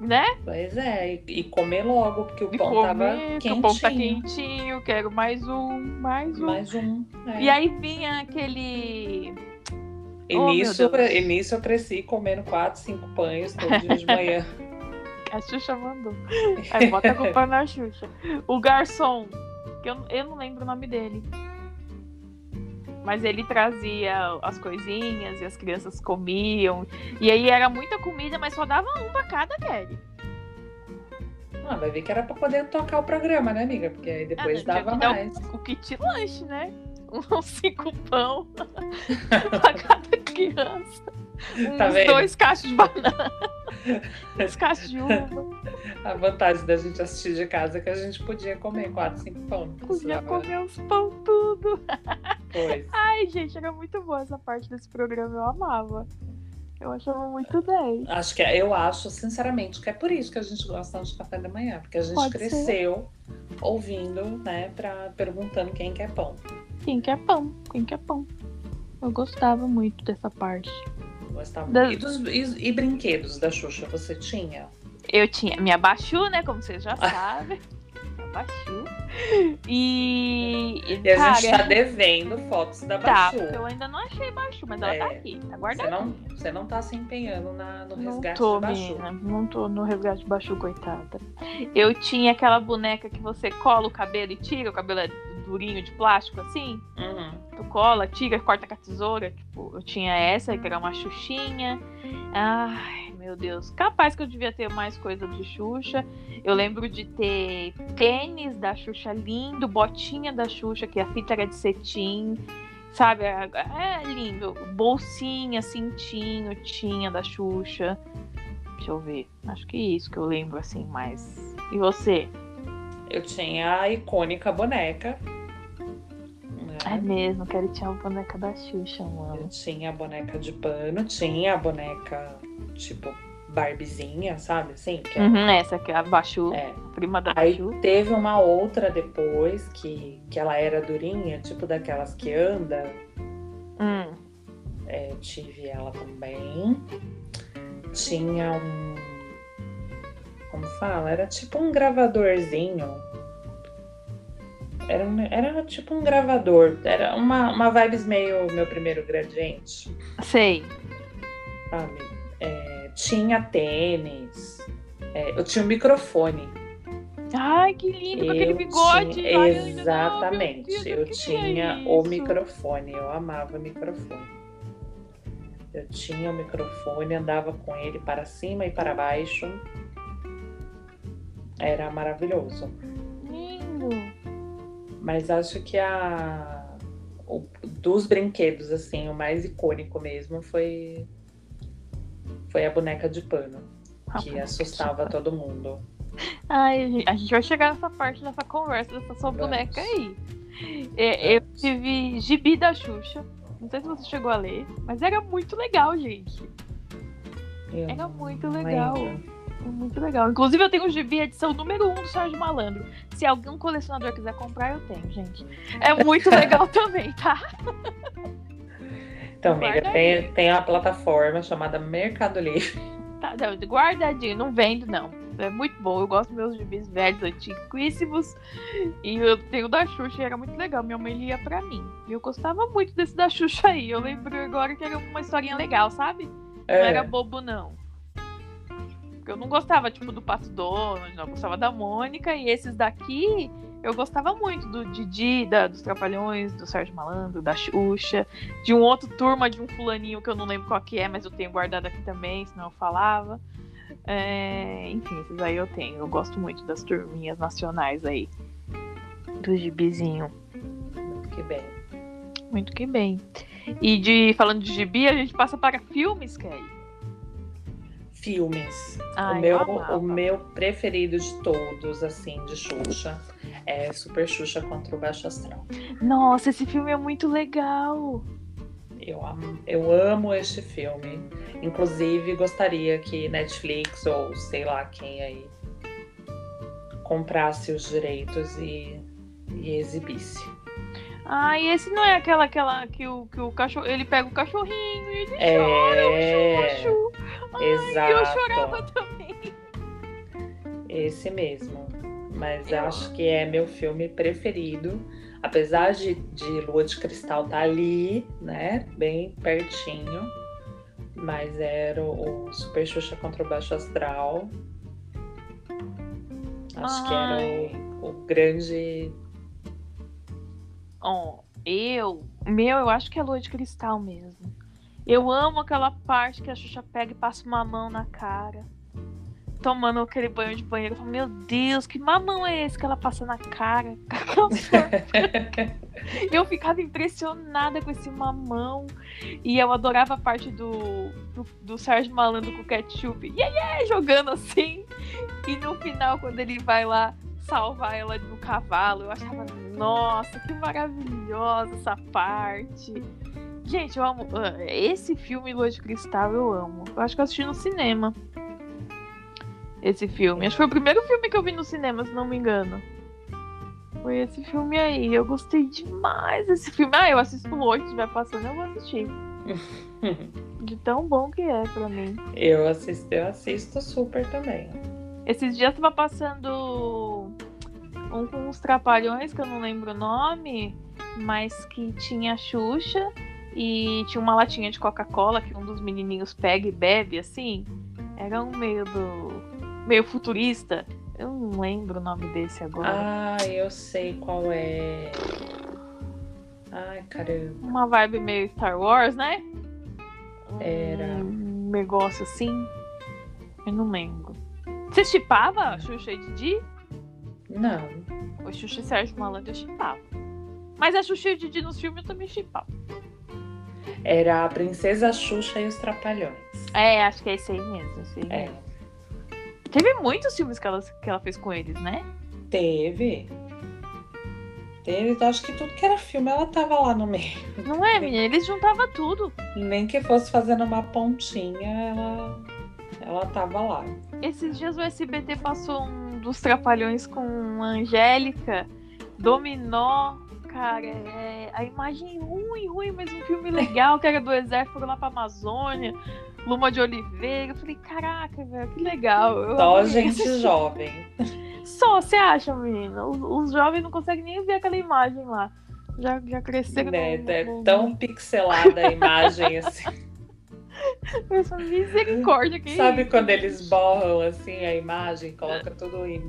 Speaker 2: né?
Speaker 1: Pois é, e, e comer logo, porque o
Speaker 2: E
Speaker 1: pão tava
Speaker 2: comer, que
Speaker 1: quentinho.
Speaker 2: o pão tá quentinho, quero mais um, mais um.
Speaker 1: Mais um. é.
Speaker 2: E aí vinha aquele.
Speaker 1: E
Speaker 2: Oh, meu
Speaker 1: nisso,
Speaker 2: Deus.
Speaker 1: e nisso eu cresci comendo quatro, cinco pães todo dia de manhã.
Speaker 2: A Xuxa mandou. Aí bota a culpa na Xuxa. O garçom, que eu, eu não lembro o nome dele. Mas ele trazia as coisinhas e as crianças comiam. E aí era muita comida, mas só dava um pra cada Kelly.
Speaker 1: Ah, vai ver que era pra poder tocar o programa, né, amiga? Porque aí depois
Speaker 2: Ah, não,
Speaker 1: dava
Speaker 2: tinha que dar
Speaker 1: mais.
Speaker 2: o kit lanche, né? Uns cinco pão pra cada criança. Uns
Speaker 1: Tá vendo?
Speaker 2: dois cachos de banana. Uns cachos de uva.
Speaker 1: A vantagem da gente assistir de casa é que a gente podia comer 4, 5 pão. não
Speaker 2: Podia
Speaker 1: precisava
Speaker 2: comer uns pão tudo.
Speaker 1: Depois.
Speaker 2: Ai, gente, era muito boa essa parte desse programa. Eu amava. Eu achava muito 10.
Speaker 1: Acho que é- eu acho, sinceramente, que é por isso que a gente gosta tanto de café da manhã, porque a gente
Speaker 2: Pode ser.
Speaker 1: cresceu ouvindo, né, para perguntando quem quer pão.
Speaker 2: Quem quer pão? Quem quer pão? Eu gostava muito dessa parte.
Speaker 1: Gostava.
Speaker 2: Da-
Speaker 1: E, dos, e, e brinquedos da Xuxa você tinha?
Speaker 2: Eu tinha minha Bachu, né? Como vocês já sabem. Minha Bachu. E.
Speaker 1: E a
Speaker 2: cara,
Speaker 1: gente tá devendo fotos da
Speaker 2: Tá,
Speaker 1: Baixu.
Speaker 2: porque eu ainda não achei Bachu, mas ela tá
Speaker 1: É.
Speaker 2: aqui, tá
Speaker 1: Você
Speaker 2: guardada.
Speaker 1: não, você não tá se empenhando na, no
Speaker 2: Não
Speaker 1: resgate
Speaker 2: tô,
Speaker 1: da Baixu.
Speaker 2: menina. Não tô no resgate de Bachu, coitada. Eu tinha aquela boneca que você cola o cabelo e tira, o cabelo é durinho de plástico, assim.
Speaker 1: Uhum.
Speaker 2: Tu cola, tira, corta com a tesoura. Tipo, eu tinha essa, que era uma xuxinha. Ai, meu meu Deus, capaz que eu devia ter mais coisa de Xuxa. Eu lembro de ter tênis da Xuxa lindo, botinha da Xuxa, que a fita era de cetim, sabe? É lindo. Bolsinha, cintinho, tinha da Xuxa. Deixa eu ver. Acho que é isso que eu lembro assim mais. E você?
Speaker 1: Eu tinha a icônica boneca. né?
Speaker 2: É mesmo, quero tirar a boneca da Xuxa,
Speaker 1: Eu
Speaker 2: mano.
Speaker 1: tinha a boneca de pano, tinha a boneca tipo Barbizinha, sabe? Assim, que é-
Speaker 2: Uhum, essa aqui é a Bachu,
Speaker 1: é.
Speaker 2: prima da
Speaker 1: Aí
Speaker 2: Bachu.
Speaker 1: teve uma outra depois que, que ela era durinha, tipo daquelas que anda.
Speaker 2: Hum.
Speaker 1: Eu tive ela também. Tinha um. Como fala? Era tipo um gravadorzinho. Era, um- era tipo um gravador. Era uma, uma vibes meio meu primeiro gradiente,
Speaker 2: Sei.
Speaker 1: sabe? É, tinha tênis. É, eu tinha um microfone.
Speaker 2: Ai, que lindo, com aquele
Speaker 1: Eu
Speaker 2: bigode.
Speaker 1: tinha-
Speaker 2: Ai, eu ainda-
Speaker 1: Exatamente.
Speaker 2: Meu Deus,
Speaker 1: eu
Speaker 2: queria
Speaker 1: tinha o
Speaker 2: é isso.
Speaker 1: microfone, eu amava o microfone. Eu tinha o microfone, andava com ele para cima e para baixo. Era maravilhoso.
Speaker 2: Lindo.
Speaker 1: Mas acho que a o- dos brinquedos assim, o mais icônico mesmo foi foi a boneca de pano, que é
Speaker 2: Ah,
Speaker 1: assustava todo mundo.
Speaker 2: Ai, a gente- a gente vai chegar nessa parte dessa conversa, dessa sua
Speaker 1: Vamos.
Speaker 2: boneca aí. É, eu tive gibi da Xuxa. Não sei se você chegou a ler, mas era muito legal, gente.
Speaker 1: Eu então,
Speaker 2: Era muito
Speaker 1: não
Speaker 2: legal.
Speaker 1: lembro.
Speaker 2: Era Muito legal. Inclusive, eu tenho o gibi, a edição número 1 um do Sérgio Malandro. Se algum colecionador quiser comprar, eu tenho, gente. É muito legal também, tá?
Speaker 1: Então, amiga,
Speaker 2: Guarda
Speaker 1: tem, tem uma plataforma chamada Mercado Livre.
Speaker 2: tá não, guardadinho, não vendo, não. É muito bom. Eu gosto dos meus gibis velhos, antiquíssimos. E eu tenho o da Xuxa, e era muito legal. Minha mãe lia pra mim. E eu gostava muito desse da Xuxa aí. Eu lembro agora que era uma historinha legal, sabe?
Speaker 1: É.
Speaker 2: Não era bobo, não. Porque eu não gostava, tipo, do Pato Donald, não. Eu gostava da Mônica. E esses daqui, eu gostava muito do Didi, da, dos Trapalhões, do Sérgio Malandro, da Xuxa. De um outro turma, de um fulaninho que eu não lembro qual que é, mas eu tenho guardado aqui também, senão eu falava. É, enfim, esses aí eu tenho. Eu gosto muito das turminhas nacionais aí. Do gibizinho.
Speaker 1: Que bem.
Speaker 2: Muito que bem. E de falando de gibi, a gente passa para filmes, Kelly.
Speaker 1: Filmes.
Speaker 2: Ai,
Speaker 1: o,
Speaker 2: eu
Speaker 1: meu,
Speaker 2: amava.
Speaker 1: o meu preferido de todos, assim, de Xuxa, é Super Xuxa contra o Baixo Astral.
Speaker 2: Nossa, esse filme é muito legal.
Speaker 1: Eu amo, eu amo este filme. Inclusive, gostaria que Netflix ou sei lá quem aí comprasse os direitos e, e exibisse.
Speaker 2: Ah, e esse não é aquela, aquela que o, que o cachorro. Ele pega o cachorrinho e ele
Speaker 1: É,
Speaker 2: chora. Chu. E eu chorava
Speaker 1: exato.
Speaker 2: também.
Speaker 1: Esse mesmo. Mas
Speaker 2: Eu-
Speaker 1: acho que é meu filme preferido. Apesar de, de Lua de Cristal estar ali, né? Bem pertinho. Mas era o, o Super Xuxa contra o Baixo Astral. Acho que
Speaker 2: Ai.
Speaker 1: era o, o grande.
Speaker 2: Ó, eu. Meu, eu acho que é lua de cristal mesmo. Eu amo aquela parte que a Xuxa pega e passa uma mão na cara. Tomando aquele banho de banheiro. Eu falo, meu Deus, que mamão é esse que ela passa na cara? Eu ficava impressionada com esse mamão. E eu adorava a parte do, do, do Sérgio Malandro com o ketchup. Yeah, yeah, jogando assim. E no final, quando ele vai lá salvar ela do cavalo, eu achava, nossa, que maravilhosa essa parte. Gente, eu amo. ah, Esse filme Lua de Cristal eu amo. Eu acho que eu assisti no cinema. Esse filme. Acho que foi o primeiro filme que eu vi no cinema, se não me engano. Foi esse filme aí. Eu gostei demais desse filme. Ah, eu assisto hoje, se vai passando, eu vou assistir. De tão bom que é pra mim.
Speaker 1: eu, assisto, eu assisto super também.
Speaker 2: Esses dias tava passando um com uns trapalhões, que eu não lembro o nome, mas que tinha Xuxa e tinha uma latinha de Coca-Cola que um dos menininhos pega e bebe, assim. Era um meio do... meio futurista. Eu não lembro o nome desse agora.
Speaker 1: Ah, eu sei qual é. Ai, caramba.
Speaker 2: Uma vibe meio Star Wars, né?
Speaker 1: Era.
Speaker 2: Um negócio assim. Eu não lembro. Você chipava Xuxa e Didi?
Speaker 1: Não.
Speaker 2: O Xuxa e Sérgio Malandro eu chipava. Mas a Xuxa e o Didi nos filmes eu também chipava.
Speaker 1: Era a Princesa Xuxa e os Trapalhões.
Speaker 2: É, acho que é esse aí mesmo. Esse aí
Speaker 1: É.
Speaker 2: mesmo. Teve muitos filmes que ela, que ela fez com eles, né?
Speaker 1: Teve. Teve, então, acho que tudo que era filme ela tava lá no meio.
Speaker 2: Não é, menina? Eles juntavam tudo.
Speaker 1: Nem que fosse fazendo uma pontinha, ela, ela tava lá.
Speaker 2: Esses dias o SBT passou um dos trapalhões com Angélica, Dominó, cara, é, a imagem ruim, ruim, mas um filme legal, que era do Exército, foram lá pra Amazônia, Luma de Oliveira. Eu falei, caraca, velho, que legal. Eu
Speaker 1: Só
Speaker 2: amei.
Speaker 1: gente jovem.
Speaker 2: Só, você acha, menina? Os, os jovens não conseguem nem ver aquela imagem lá. Já, já cresceram.
Speaker 1: Né?
Speaker 2: no-
Speaker 1: É
Speaker 2: no-
Speaker 1: tão pixelada a imagem assim.
Speaker 2: Eu sou misericórdia. Que
Speaker 1: Sabe
Speaker 2: isso?
Speaker 1: quando eles borram assim a imagem, coloca tudo em,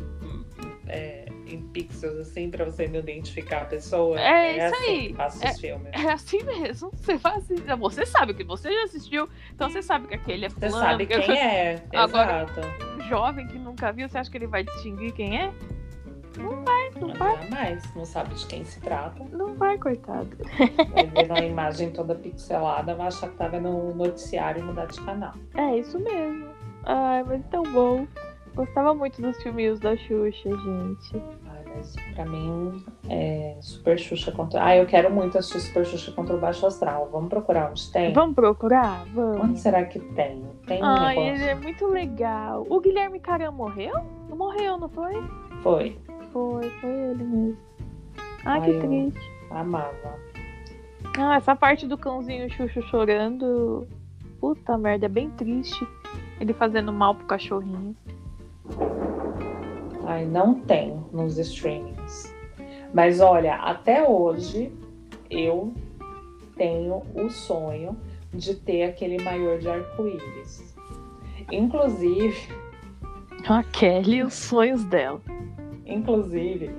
Speaker 1: é, em pixels assim pra você não identificar a pessoa?
Speaker 2: É isso
Speaker 1: assim
Speaker 2: aí.
Speaker 1: que Passa os filmes.
Speaker 2: É assim mesmo. Você faz assim. Você sabe que você já assistiu, então você sabe que aquele é
Speaker 1: Você
Speaker 2: fulano,
Speaker 1: sabe
Speaker 2: que é
Speaker 1: quem é.
Speaker 2: Agora-
Speaker 1: Exato.
Speaker 2: jovem que nunca viu, você acha que ele vai distinguir quem é? Não vai, não
Speaker 1: Mas
Speaker 2: vai,
Speaker 1: jamais, não sabe de quem se trata.
Speaker 2: não vai, coitado.
Speaker 1: Vai ver uma imagem toda pixelada, vai achar que tava no noticiário e mudar de canal.
Speaker 2: É isso mesmo. Ai, mas é tão bom. Gostava muito dos filminhos da Xuxa, gente.
Speaker 1: Ai, mas pra mim, é Super Xuxa contra. Ah, eu quero muito assistir Super Xuxa contra o Baixo Astral. Vamos procurar onde tem?
Speaker 2: Vamos procurar?
Speaker 1: Onde
Speaker 2: Vamos.
Speaker 1: será que tem? Tem um
Speaker 2: Ai, ele
Speaker 1: negócio.
Speaker 2: é muito legal. O Guilherme Caram morreu? Não morreu, não foi?
Speaker 1: Foi,
Speaker 2: Foi, foi ele mesmo. Ai,
Speaker 1: Ai,
Speaker 2: Ah, que
Speaker 1: eu-
Speaker 2: triste.
Speaker 1: amava.
Speaker 2: Não, essa parte do cãozinho Xuxa chorando. Puta merda, é bem triste. Ele fazendo mal pro cachorrinho.
Speaker 1: Ai, não tem nos streamings. Mas olha, até hoje eu tenho o sonho de ter aquele maior de arco-íris. Inclusive,
Speaker 2: A Ah, Kelly e os sonhos dela.
Speaker 1: Inclusive,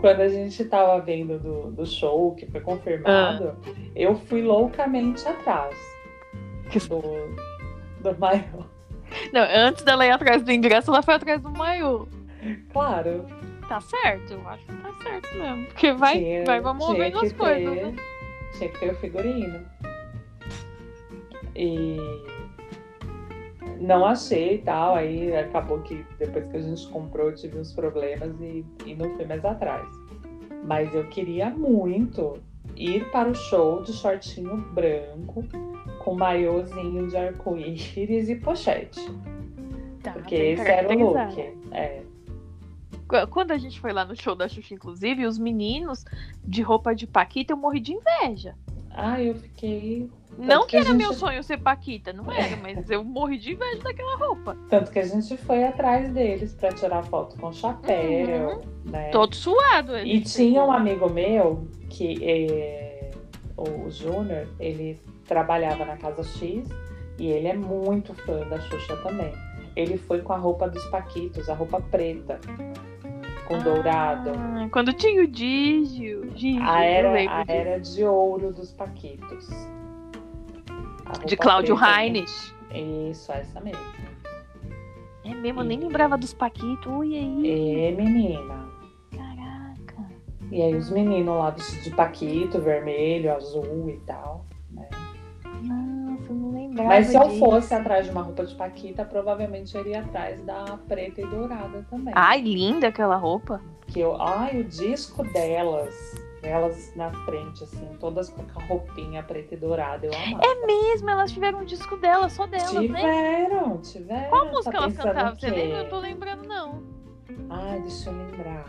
Speaker 1: quando a gente tava vendo do, do show que foi confirmado, eu fui loucamente atrás
Speaker 2: Que-
Speaker 1: do, do maior.
Speaker 2: Não, antes dela ir atrás do ingresso, ela foi atrás do maiô.
Speaker 1: Claro,
Speaker 2: Tá certo, eu acho que tá certo mesmo. Porque vai,
Speaker 1: tinha-
Speaker 2: vai vamos
Speaker 1: tinha
Speaker 2: movendo
Speaker 1: que
Speaker 2: as coisas,
Speaker 1: ter-
Speaker 2: né?
Speaker 1: Tinha que ter o figurino. E não achei e tal, aí acabou que depois que a gente comprou eu tive uns problemas e, e não fui mais atrás. Mas eu queria muito ir para o show de shortinho branco com maiôzinho de arco-íris e pochete.
Speaker 2: Tá,
Speaker 1: Porque
Speaker 2: bem
Speaker 1: esse era o look.
Speaker 2: caracterizado.
Speaker 1: É,
Speaker 2: Qu- Quando a gente foi lá no show da Xuxa, inclusive, os meninos de roupa de Paquita, eu morri de inveja.
Speaker 1: Ah, eu fiquei.
Speaker 2: não
Speaker 1: que
Speaker 2: que
Speaker 1: a
Speaker 2: era
Speaker 1: gente- É.
Speaker 2: meu sonho ser Paquita, não era, mas eu morri de inveja daquela roupa.
Speaker 1: Tanto que a gente foi atrás deles para tirar foto com chapéu, né?
Speaker 2: Uhum. Todo suado.
Speaker 1: E
Speaker 2: ele
Speaker 1: tinha
Speaker 2: chegou.
Speaker 1: um amigo meu que é, o Júnior, ele trabalhava na Casa X e ele é muito fã da Xuxa também. Ele foi com a roupa dos Paquitos, a roupa preta, com dourado.
Speaker 2: Ah, Quando tinha o Digio. Digio
Speaker 1: A era,
Speaker 2: eu lembro
Speaker 1: a
Speaker 2: disso.
Speaker 1: era de ouro dos Paquitos. A
Speaker 2: De
Speaker 1: roupa
Speaker 2: Cláudio
Speaker 1: preta, né?
Speaker 2: Heinrich.
Speaker 1: Isso, essa mesmo.
Speaker 2: É mesmo, eu nem
Speaker 1: E-
Speaker 2: lembrava dos Paquitos. Oi, aí.
Speaker 1: E menina.
Speaker 2: Caraca.
Speaker 1: E aí os meninos lá vestidos de Paquito, vermelho, azul e tal.
Speaker 2: Nossa, eu não lembrava.
Speaker 1: Mas se eu
Speaker 2: disso.
Speaker 1: fosse atrás de uma roupa de Paquita, provavelmente eu iria atrás da preta e dourada também.
Speaker 2: Ai, linda aquela roupa.
Speaker 1: Porque eu, ai, o disco delas, elas na frente, assim, todas com a roupinha preta e dourada, eu amava.
Speaker 2: É mesmo, elas tiveram um disco dela, só delas, né?
Speaker 1: tiveram, tiveram.
Speaker 2: Qual
Speaker 1: tá
Speaker 2: música elas
Speaker 1: pensando
Speaker 2: cantavam?
Speaker 1: o
Speaker 2: Você
Speaker 1: quê?
Speaker 2: lembra? Eu não tô lembrando, não.
Speaker 1: Ai, deixa eu lembrar.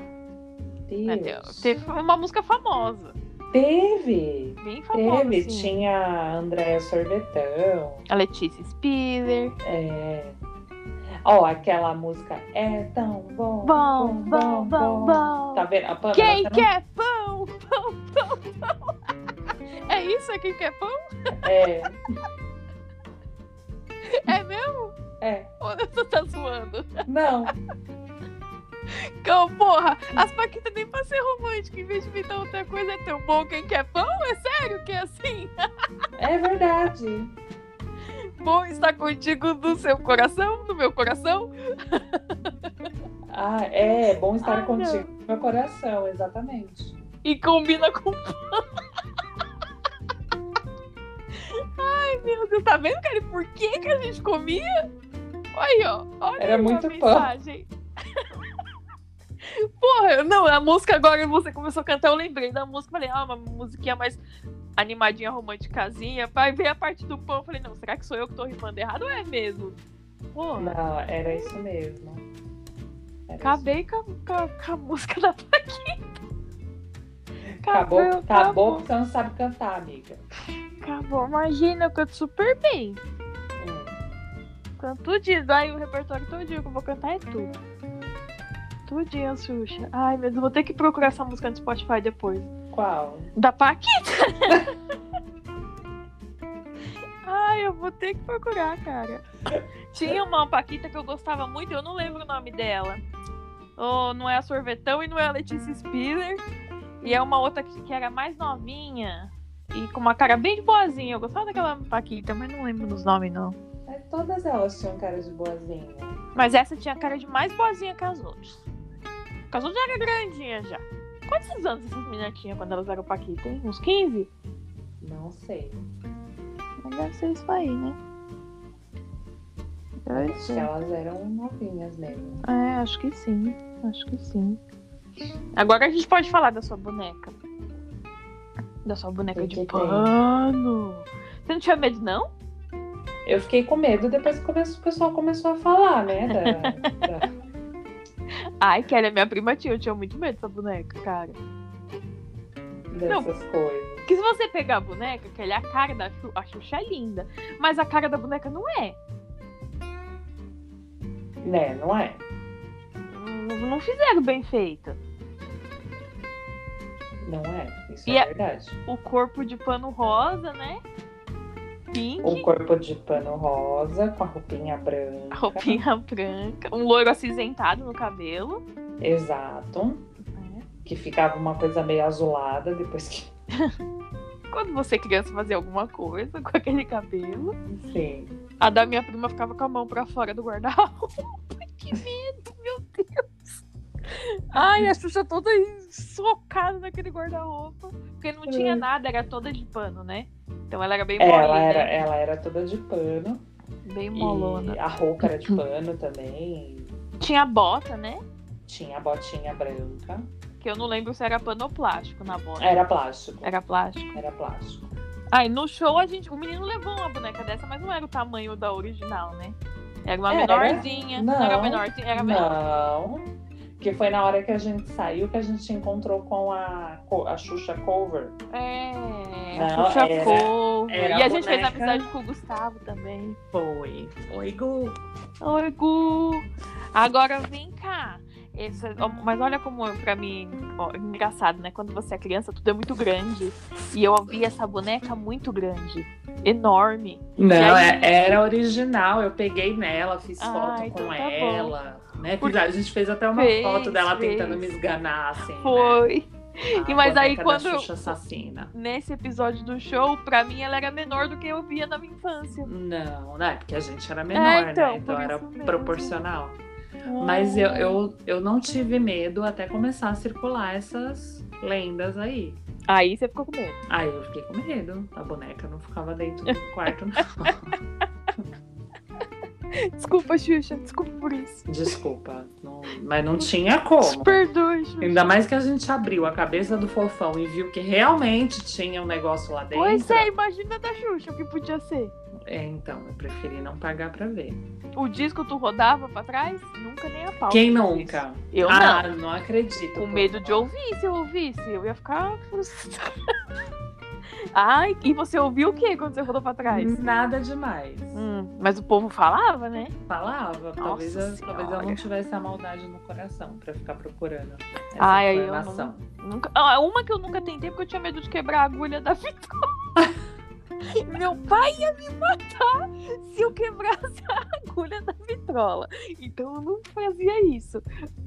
Speaker 2: Mas,
Speaker 1: Deus.
Speaker 2: Teve uma música famosa.
Speaker 1: Teve,
Speaker 2: Bem famosa.
Speaker 1: teve.
Speaker 2: assim.
Speaker 1: Tinha a Andréa Sorvetão.
Speaker 2: A Letícia Spiller.
Speaker 1: É. Ó, aquela música é tão bom.
Speaker 2: Bom, bom, bom, bom.
Speaker 1: Tá vendo? A Pamela,
Speaker 2: Quem
Speaker 1: você não-
Speaker 2: quer pão? Pão, pão, pão. É isso? É quem quer pão?
Speaker 1: É,
Speaker 2: É mesmo?
Speaker 1: é.
Speaker 2: Ou você tá zoando?
Speaker 1: Não,
Speaker 2: Cão, porra! As Paquitas nem pra ser romântica, em vez de inventar outra coisa, é tão bom quem quer pão? É sério que é assim?
Speaker 1: é verdade.
Speaker 2: Bom estar contigo do seu coração, do meu coração,
Speaker 1: Ah, é, bom estar
Speaker 2: Ai,
Speaker 1: contigo no meu coração, exatamente.
Speaker 2: E combina com pão. Ai, meu Deus, tá vendo, cara? E Por que, que a gente comia? Aí, ó. Olha
Speaker 1: Era
Speaker 2: aí a
Speaker 1: muito pão.
Speaker 2: mensagem. Porra, eu- não, a música agora você começou a cantar, eu lembrei da música, falei, ah, uma musiquinha mais animadinha, românticazinha. Aí veio a parte do pão, eu falei, não, será que sou eu que tô rimando errado ou é mesmo? Porra.
Speaker 1: Não, era isso mesmo. Era
Speaker 2: Acabei com a, com a- com a música da Paquita.
Speaker 1: isso. Acabou,
Speaker 2: Acabou,
Speaker 1: acabou que você não sabe cantar, amiga.
Speaker 2: acabou. Imagina, eu canto super bem.
Speaker 1: Hum.
Speaker 2: Canto tudinho. Aí o repertório todo dia que eu vou cantar é tudo. Tudinho, Xuxa. Ai, meu Deus, vou ter que procurar essa música no Spotify depois.
Speaker 1: Qual?
Speaker 2: Da Paquita. Ai, eu vou ter que procurar, cara. Tinha uma Paquita que eu gostava muito, eu não lembro o nome dela. Oh, não é a Sorvetão e não é a Letícia Spiller. E é uma outra que, que era mais novinha e com uma cara bem de boazinha. Eu gostava daquela Paquita, mas não lembro dos nomes, não.
Speaker 1: É, todas elas tinham cara de boazinha.
Speaker 2: Mas essa tinha cara de mais boazinha que as outras. Porque as outras já era grandinha já. Quantos anos essas meninas tinham quando elas eram Paquita, hein? Uns 15?
Speaker 1: Não sei.
Speaker 2: Mas deve ser isso aí, né? Deve
Speaker 1: Acho que elas eram novinhas mesmo.
Speaker 2: É, acho que sim. Acho que sim. Agora a gente pode falar da sua boneca. Da sua boneca
Speaker 1: Que
Speaker 2: de
Speaker 1: que tem?
Speaker 2: pano. Você não tinha medo, não?
Speaker 1: Eu fiquei com medo depois que começou- o pessoal começou a falar, né? da- da-
Speaker 2: Ai, que ela é minha prima tia. Eu tinha muito medo dessa boneca, cara.
Speaker 1: dessas coisas.
Speaker 2: Porque se você pegar a boneca, que ela é a cara da Xuxa, a Xuxa é linda. Mas a cara da boneca não é.
Speaker 1: Né, não é?
Speaker 2: Não, não fizeram bem feito.
Speaker 1: Não é. Isso
Speaker 2: E
Speaker 1: é
Speaker 2: a-
Speaker 1: verdade.
Speaker 2: O corpo de pano rosa, né? Pink.
Speaker 1: O Um corpo de pano rosa, com a roupinha branca.
Speaker 2: A roupinha branca, um loiro acinzentado no cabelo.
Speaker 1: Exato.
Speaker 2: é.
Speaker 1: Que ficava uma coisa meio azulada depois que.
Speaker 2: Quando você criança fazia alguma coisa com aquele cabelo.
Speaker 1: Sim.
Speaker 2: A da minha prima ficava com a mão pra fora do guarda-roupa. Que medo, meu Deus. Ai, a Xuxa toda socada naquele guarda-roupa. Porque não tinha
Speaker 1: Ai.
Speaker 2: nada, era toda de pano, né? Então ela era bem
Speaker 1: Hum. É,
Speaker 2: mole,
Speaker 1: ela, era,
Speaker 2: né?
Speaker 1: ela era toda de pano.
Speaker 2: Bem molona.
Speaker 1: E a roupa era de pano também.
Speaker 2: Tinha bota, né?
Speaker 1: Tinha a botinha branca.
Speaker 2: Que eu não lembro se era pano ou plástico na bota.
Speaker 1: Era plástico.
Speaker 2: Era plástico.
Speaker 1: Era plástico.
Speaker 2: Aí no show a gente, o menino levou uma boneca dessa, mas não era o tamanho da original, né? Era uma
Speaker 1: Era.
Speaker 2: menorzinha. Não, era
Speaker 1: Não.
Speaker 2: menorzinha, era menor.
Speaker 1: Não. Que foi na hora que a gente saiu que a gente encontrou com a, co- a Xuxa Cover.
Speaker 2: É,
Speaker 1: Não,
Speaker 2: puxa
Speaker 1: era-
Speaker 2: cor.
Speaker 1: era
Speaker 2: E a gente fez
Speaker 1: boneca.
Speaker 2: amizade com o Gustavo também.
Speaker 1: Foi. Foi, Gu.
Speaker 2: Oi, Gu. Agora vem cá. Essa- ó, mas olha como pra mim, ó, é engraçado, né? Quando você é criança, tudo é muito grande. E eu vi essa boneca muito grande, enorme.
Speaker 1: Não,
Speaker 2: E aí-
Speaker 1: é- era original. Eu peguei nela, fiz
Speaker 2: Ah,
Speaker 1: foto
Speaker 2: então
Speaker 1: com
Speaker 2: tá bom.
Speaker 1: ela. Né? Fiz-
Speaker 2: Porque-
Speaker 1: A gente fez até uma
Speaker 2: Fez,
Speaker 1: foto dela
Speaker 2: fez.
Speaker 1: tentando me esganar, assim. Né?
Speaker 2: Foi.
Speaker 1: A
Speaker 2: E mas aí
Speaker 1: boneca
Speaker 2: quando-
Speaker 1: Da Xuxa assassina.
Speaker 2: nesse episódio do show, pra mim ela era menor do que eu via na minha infância.
Speaker 1: Não, não, é porque a gente era menor,
Speaker 2: então,
Speaker 1: né? Então
Speaker 2: por
Speaker 1: era
Speaker 2: isso mesmo.
Speaker 1: proporcional. Mas eu, eu, eu não tive medo até começar a circular essas lendas aí.
Speaker 2: Aí você ficou com medo.
Speaker 1: Aí eu fiquei com medo. A boneca não ficava dentro do quarto, não.
Speaker 2: Desculpa, Xuxa. Desculpa por isso.
Speaker 1: Desculpa. não- mas não tinha como.
Speaker 2: Te perdoe, Xuxa.
Speaker 1: Ainda mais que a gente abriu a cabeça do fofão e viu que realmente tinha um negócio lá dentro.
Speaker 2: Pois é, imagina da Xuxa o que podia ser.
Speaker 1: É, então, eu preferi não pagar pra ver.
Speaker 2: O disco tu rodava pra trás? Nunca nem a pau.
Speaker 1: Quem nunca?
Speaker 2: Eu
Speaker 1: ah,
Speaker 2: não.
Speaker 1: não, acredito.
Speaker 2: Com
Speaker 1: pô.
Speaker 2: medo de ouvir, se eu ouvisse, eu ia ficar frustrada. Ai, e você ouviu o que quando você rodou pra trás?
Speaker 1: Nada demais.
Speaker 2: Hum, mas o povo falava, né?
Speaker 1: Falava, talvez eu,
Speaker 2: Senhora.
Speaker 1: talvez eu não tivesse a maldade no coração pra ficar procurando essa
Speaker 2: Ai, aí eu não-
Speaker 1: informação.
Speaker 2: Nunca... Ah, Uma que eu nunca tentei porque eu tinha medo de quebrar a agulha da Vitória. Meu pai ia me matar se eu quebrasse a agulha da vitrola. Então eu não fazia isso.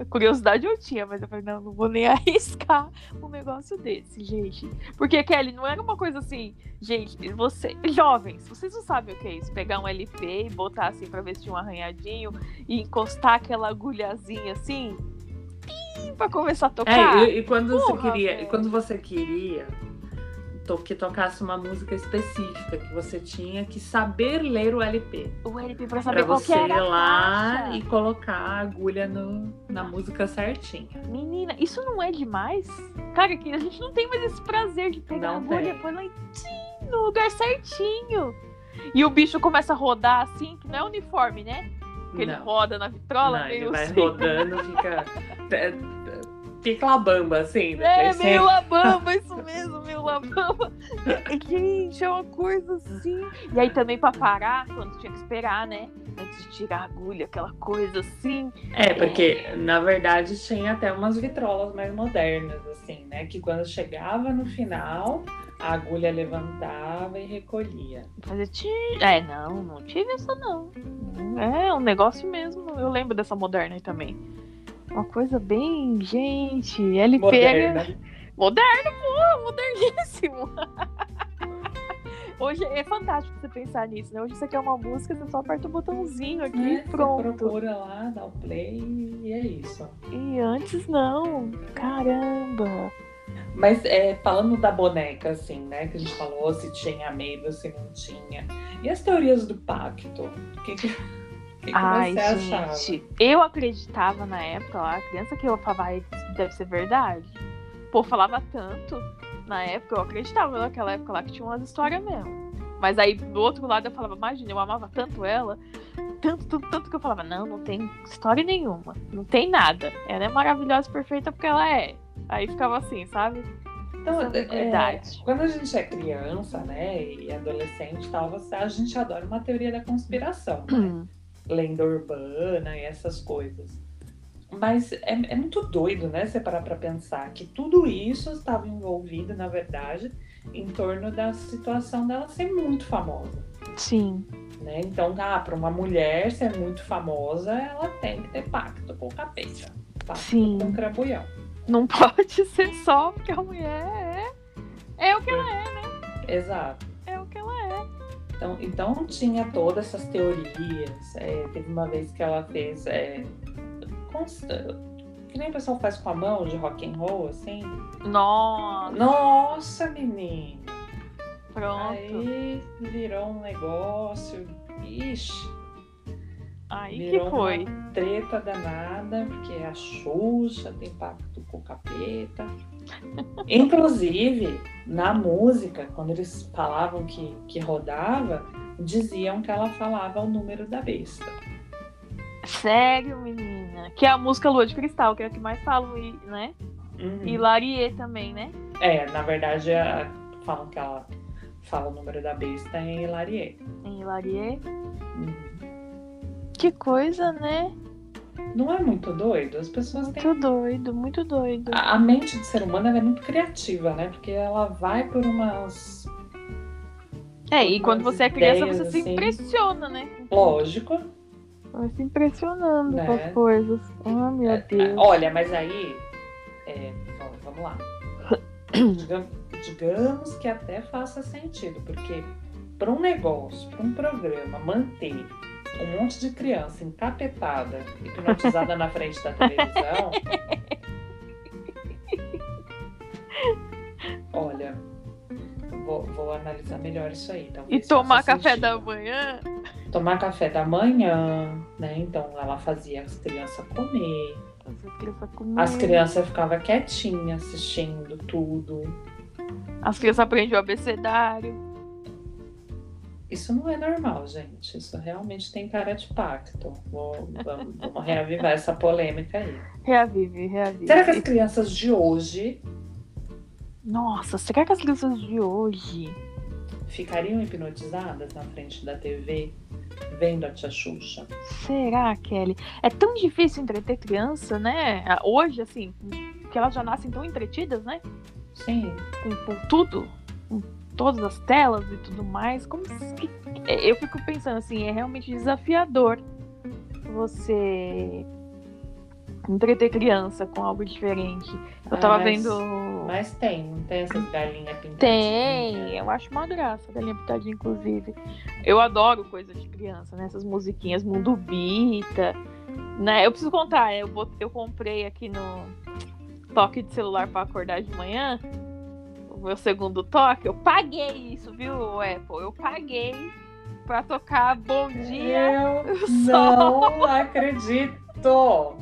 Speaker 2: Curiosidade eu tinha, mas eu falei, não, não vou nem arriscar um negócio desse, gente. Porque, Kelly, não era uma coisa assim, gente, você. Jovens, vocês não sabem o que é isso. Pegar um LP e botar assim pra ver se tinha um arranhadinho e encostar aquela agulhazinha assim. pra começar a tocar.
Speaker 1: É, e, e quando
Speaker 2: Porra,
Speaker 1: você queria,
Speaker 2: velho.
Speaker 1: e quando você queria to- que tocasse uma música específica, que você tinha que saber ler o LP.
Speaker 2: O LP pra
Speaker 1: Pra
Speaker 2: saber qual que
Speaker 1: você ir
Speaker 2: era a
Speaker 1: lá
Speaker 2: faixa.
Speaker 1: e colocar a agulha no- na música certinha.
Speaker 2: Menina, isso não é demais? Cara, que a gente não tem mais esse prazer de pegar a
Speaker 1: Não
Speaker 2: agulha
Speaker 1: tem.
Speaker 2: e pôr lá em- tchim, no lugar certinho. E o bicho começa a rodar assim, que não é uniforme, né? Porque ele
Speaker 1: Não.
Speaker 2: roda na vitrola,
Speaker 1: Não,
Speaker 2: meio
Speaker 1: ele vai
Speaker 2: assim.
Speaker 1: rodando, fica. é, é, Fica a bamba, assim.
Speaker 2: É,
Speaker 1: depois você-
Speaker 2: meio labamba, isso mesmo, meio labamba. Gente, é uma coisa assim. E aí também pra parar, quando tinha que esperar, né? Antes de tirar a agulha, aquela coisa assim.
Speaker 1: É, porque na verdade tinha até umas vitrolas mais modernas, assim, né? Que quando chegava no final, a agulha levantava e recolhia.
Speaker 2: Fazer ti... É, não, não tive essa não. É um negócio mesmo. Eu lembro dessa moderna aí também. Uma coisa bem, gente, LP
Speaker 1: Moderna.
Speaker 2: Moderno, pô, moderníssimo. Hoje é fantástico você pensar nisso, né? Hoje você quer uma música, você só aperta o botãozinho aqui
Speaker 1: Né?
Speaker 2: e pronto.
Speaker 1: Você procura lá, dá o play e é isso.
Speaker 2: E antes não. Caramba.
Speaker 1: Mas é, falando da boneca, assim, né? Que a gente falou se tinha medo, se não tinha. E as teorias do pacto? O que, que, o é que que
Speaker 2: Ai,
Speaker 1: você achava?
Speaker 2: gente. Eu acreditava na época, lá, criança, que eu falava, "Ai, isso deve ser verdade. Pô, falava tanto na época, eu acreditava naquela época lá que tinha umas histórias mesmo. Mas aí do outro lado eu falava, imagina, eu amava tanto ela, tanto, tanto, tanto que eu falava, não, não tem história nenhuma, não tem nada. Ela é maravilhosa, e perfeita porque ela é. Aí ficava assim, sabe?
Speaker 1: Então,
Speaker 2: Essa
Speaker 1: é,
Speaker 2: ambiguidade.
Speaker 1: quando a gente é criança, né, e adolescente e tal, você- a gente adora uma teoria da conspiração, né? lenda urbana e essas coisas. Mas é, é muito doido, né, você parar pra pensar que tudo isso estava envolvido, na verdade, em torno da situação dela ser muito famosa,
Speaker 2: Sim.
Speaker 1: né? Então, ah, pra uma mulher ser muito famosa, ela tem que ter pacto com o capeta, pacto
Speaker 2: Sim.
Speaker 1: com o crambolhão.
Speaker 2: Não pode ser só porque a mulher é. É o que ela é,
Speaker 1: Exato.
Speaker 2: é o que ela é.
Speaker 1: Então, então tinha todas essas teorias. é, teve uma vez que ela fez. é, consta- que nem o pessoal faz com a mão de rock and roll, assim.
Speaker 2: Nossa,
Speaker 1: Nossa, menina!
Speaker 2: pronto.
Speaker 1: Aí virou um negócio. Ixi,
Speaker 2: Aí,
Speaker 1: virou
Speaker 2: que foi.
Speaker 1: uma treta danada, porque a Xuxa tem pacto com o capeta. Inclusive, na música, quando eles falavam que, que rodava, diziam que ela falava o número da besta.
Speaker 2: Sério, menina. Que é a música Lua de Cristal, que é a que mais falam, e, né?
Speaker 1: Uhum.
Speaker 2: E Larie também, né?
Speaker 1: É, na verdade, a- falam que ela fala o número da besta em Uhum. Hilarie.
Speaker 2: Em Larie. Que coisa, né?
Speaker 1: Não é muito doido? As pessoas têm
Speaker 2: Muito doido, muito doido.
Speaker 1: A a mente do ser humano ela é muito criativa, né? Porque ela vai por umas.
Speaker 2: É, e quando
Speaker 1: umas
Speaker 2: você é criança,
Speaker 1: ideias,
Speaker 2: você se
Speaker 1: assim.
Speaker 2: impressiona, né?
Speaker 1: Lógico.
Speaker 2: Vai se impressionando
Speaker 1: Né? É,
Speaker 2: com as coisas. Ah, meu Deus.
Speaker 1: Olha, mas aí. é, bom, vamos lá. Digam- Digamos que até faça sentido, porque para um negócio, para um programa, manter um monte de criança encapetada, hipnotizada na frente da televisão. Olha, vou, vou analisar melhor isso aí.
Speaker 2: E
Speaker 1: talvez faça
Speaker 2: tomar café
Speaker 1: sentido.
Speaker 2: da manhã.
Speaker 1: tomar café da manhã, né? Então ela fazia as crianças comer,
Speaker 2: As crianças tá comendo.
Speaker 1: as crianças ficavam quietinhas assistindo tudo.
Speaker 2: As crianças aprendem o abecedário.
Speaker 1: Isso não é normal, gente. Isso realmente tem cara de pacto. Vou- vamos, vamos reavivar essa polêmica aí.
Speaker 2: Reavive, reavive.
Speaker 1: Será que as crianças de hoje
Speaker 2: Nossa, será que as crianças de hoje
Speaker 1: ficariam hipnotizadas na frente da TV vendo a tia Xuxa?
Speaker 2: Será, Kelly? É tão difícil entreter criança, né? Hoje, assim, que elas já nascem tão entretidas, né?
Speaker 1: Sim.
Speaker 2: Com, com tudo, com todas as telas e tudo mais. Como se- que- é, eu fico pensando assim, é realmente desafiador você entreter criança com algo diferente. Eu tava
Speaker 1: Ah, mas-
Speaker 2: vendo.
Speaker 1: Mas tem, não tem essas galinhas pintadas?
Speaker 2: Tem, eu acho uma graça, galinha pitadinha, inclusive. Eu adoro coisa de criança, né? Essas musiquinhas mundubita, né? Eu preciso contar, eu, bot- eu comprei aqui no, toque de celular para acordar de manhã, o meu segundo toque, eu paguei isso, viu, Apple? Eu paguei para tocar Bom Dia.
Speaker 1: Eu
Speaker 2: sol.
Speaker 1: não acredito.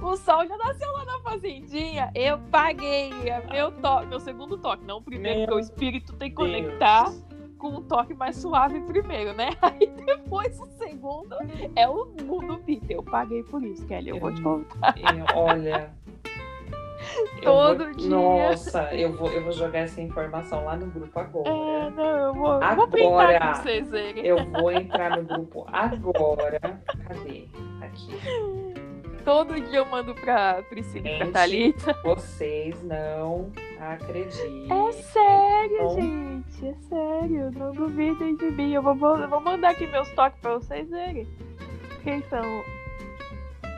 Speaker 2: O sol já nasceu lá na fazendinha. Eu paguei. É meu toque, meu segundo toque, não o primeiro,
Speaker 1: Meu
Speaker 2: porque o espírito tem que
Speaker 1: Deus.
Speaker 2: conectar com um toque mais suave primeiro, né? Aí depois o segundo é o mundo Peter. Eu paguei por isso, Kelly. Eu vou te contar.
Speaker 1: Eu- olha. eu
Speaker 2: Todo
Speaker 1: vou-
Speaker 2: dia.
Speaker 1: Nossa, eu vou, eu vou jogar essa informação lá no grupo agora.
Speaker 2: É, não, eu vou, eu vou pintar
Speaker 1: Agora.
Speaker 2: pra vocês verem.
Speaker 1: Eu vou entrar no grupo agora. Cadê? Aqui.
Speaker 2: Todo dia eu mando pra Priscila e pra
Speaker 1: Gente.
Speaker 2: Thalita.
Speaker 1: Vocês não acreditam.
Speaker 2: É sério,
Speaker 1: Bom.
Speaker 2: gente. É sério. Não duvidem de mim. Eu vou, eu vou mandar aqui meus toques pra vocês verem. Quem são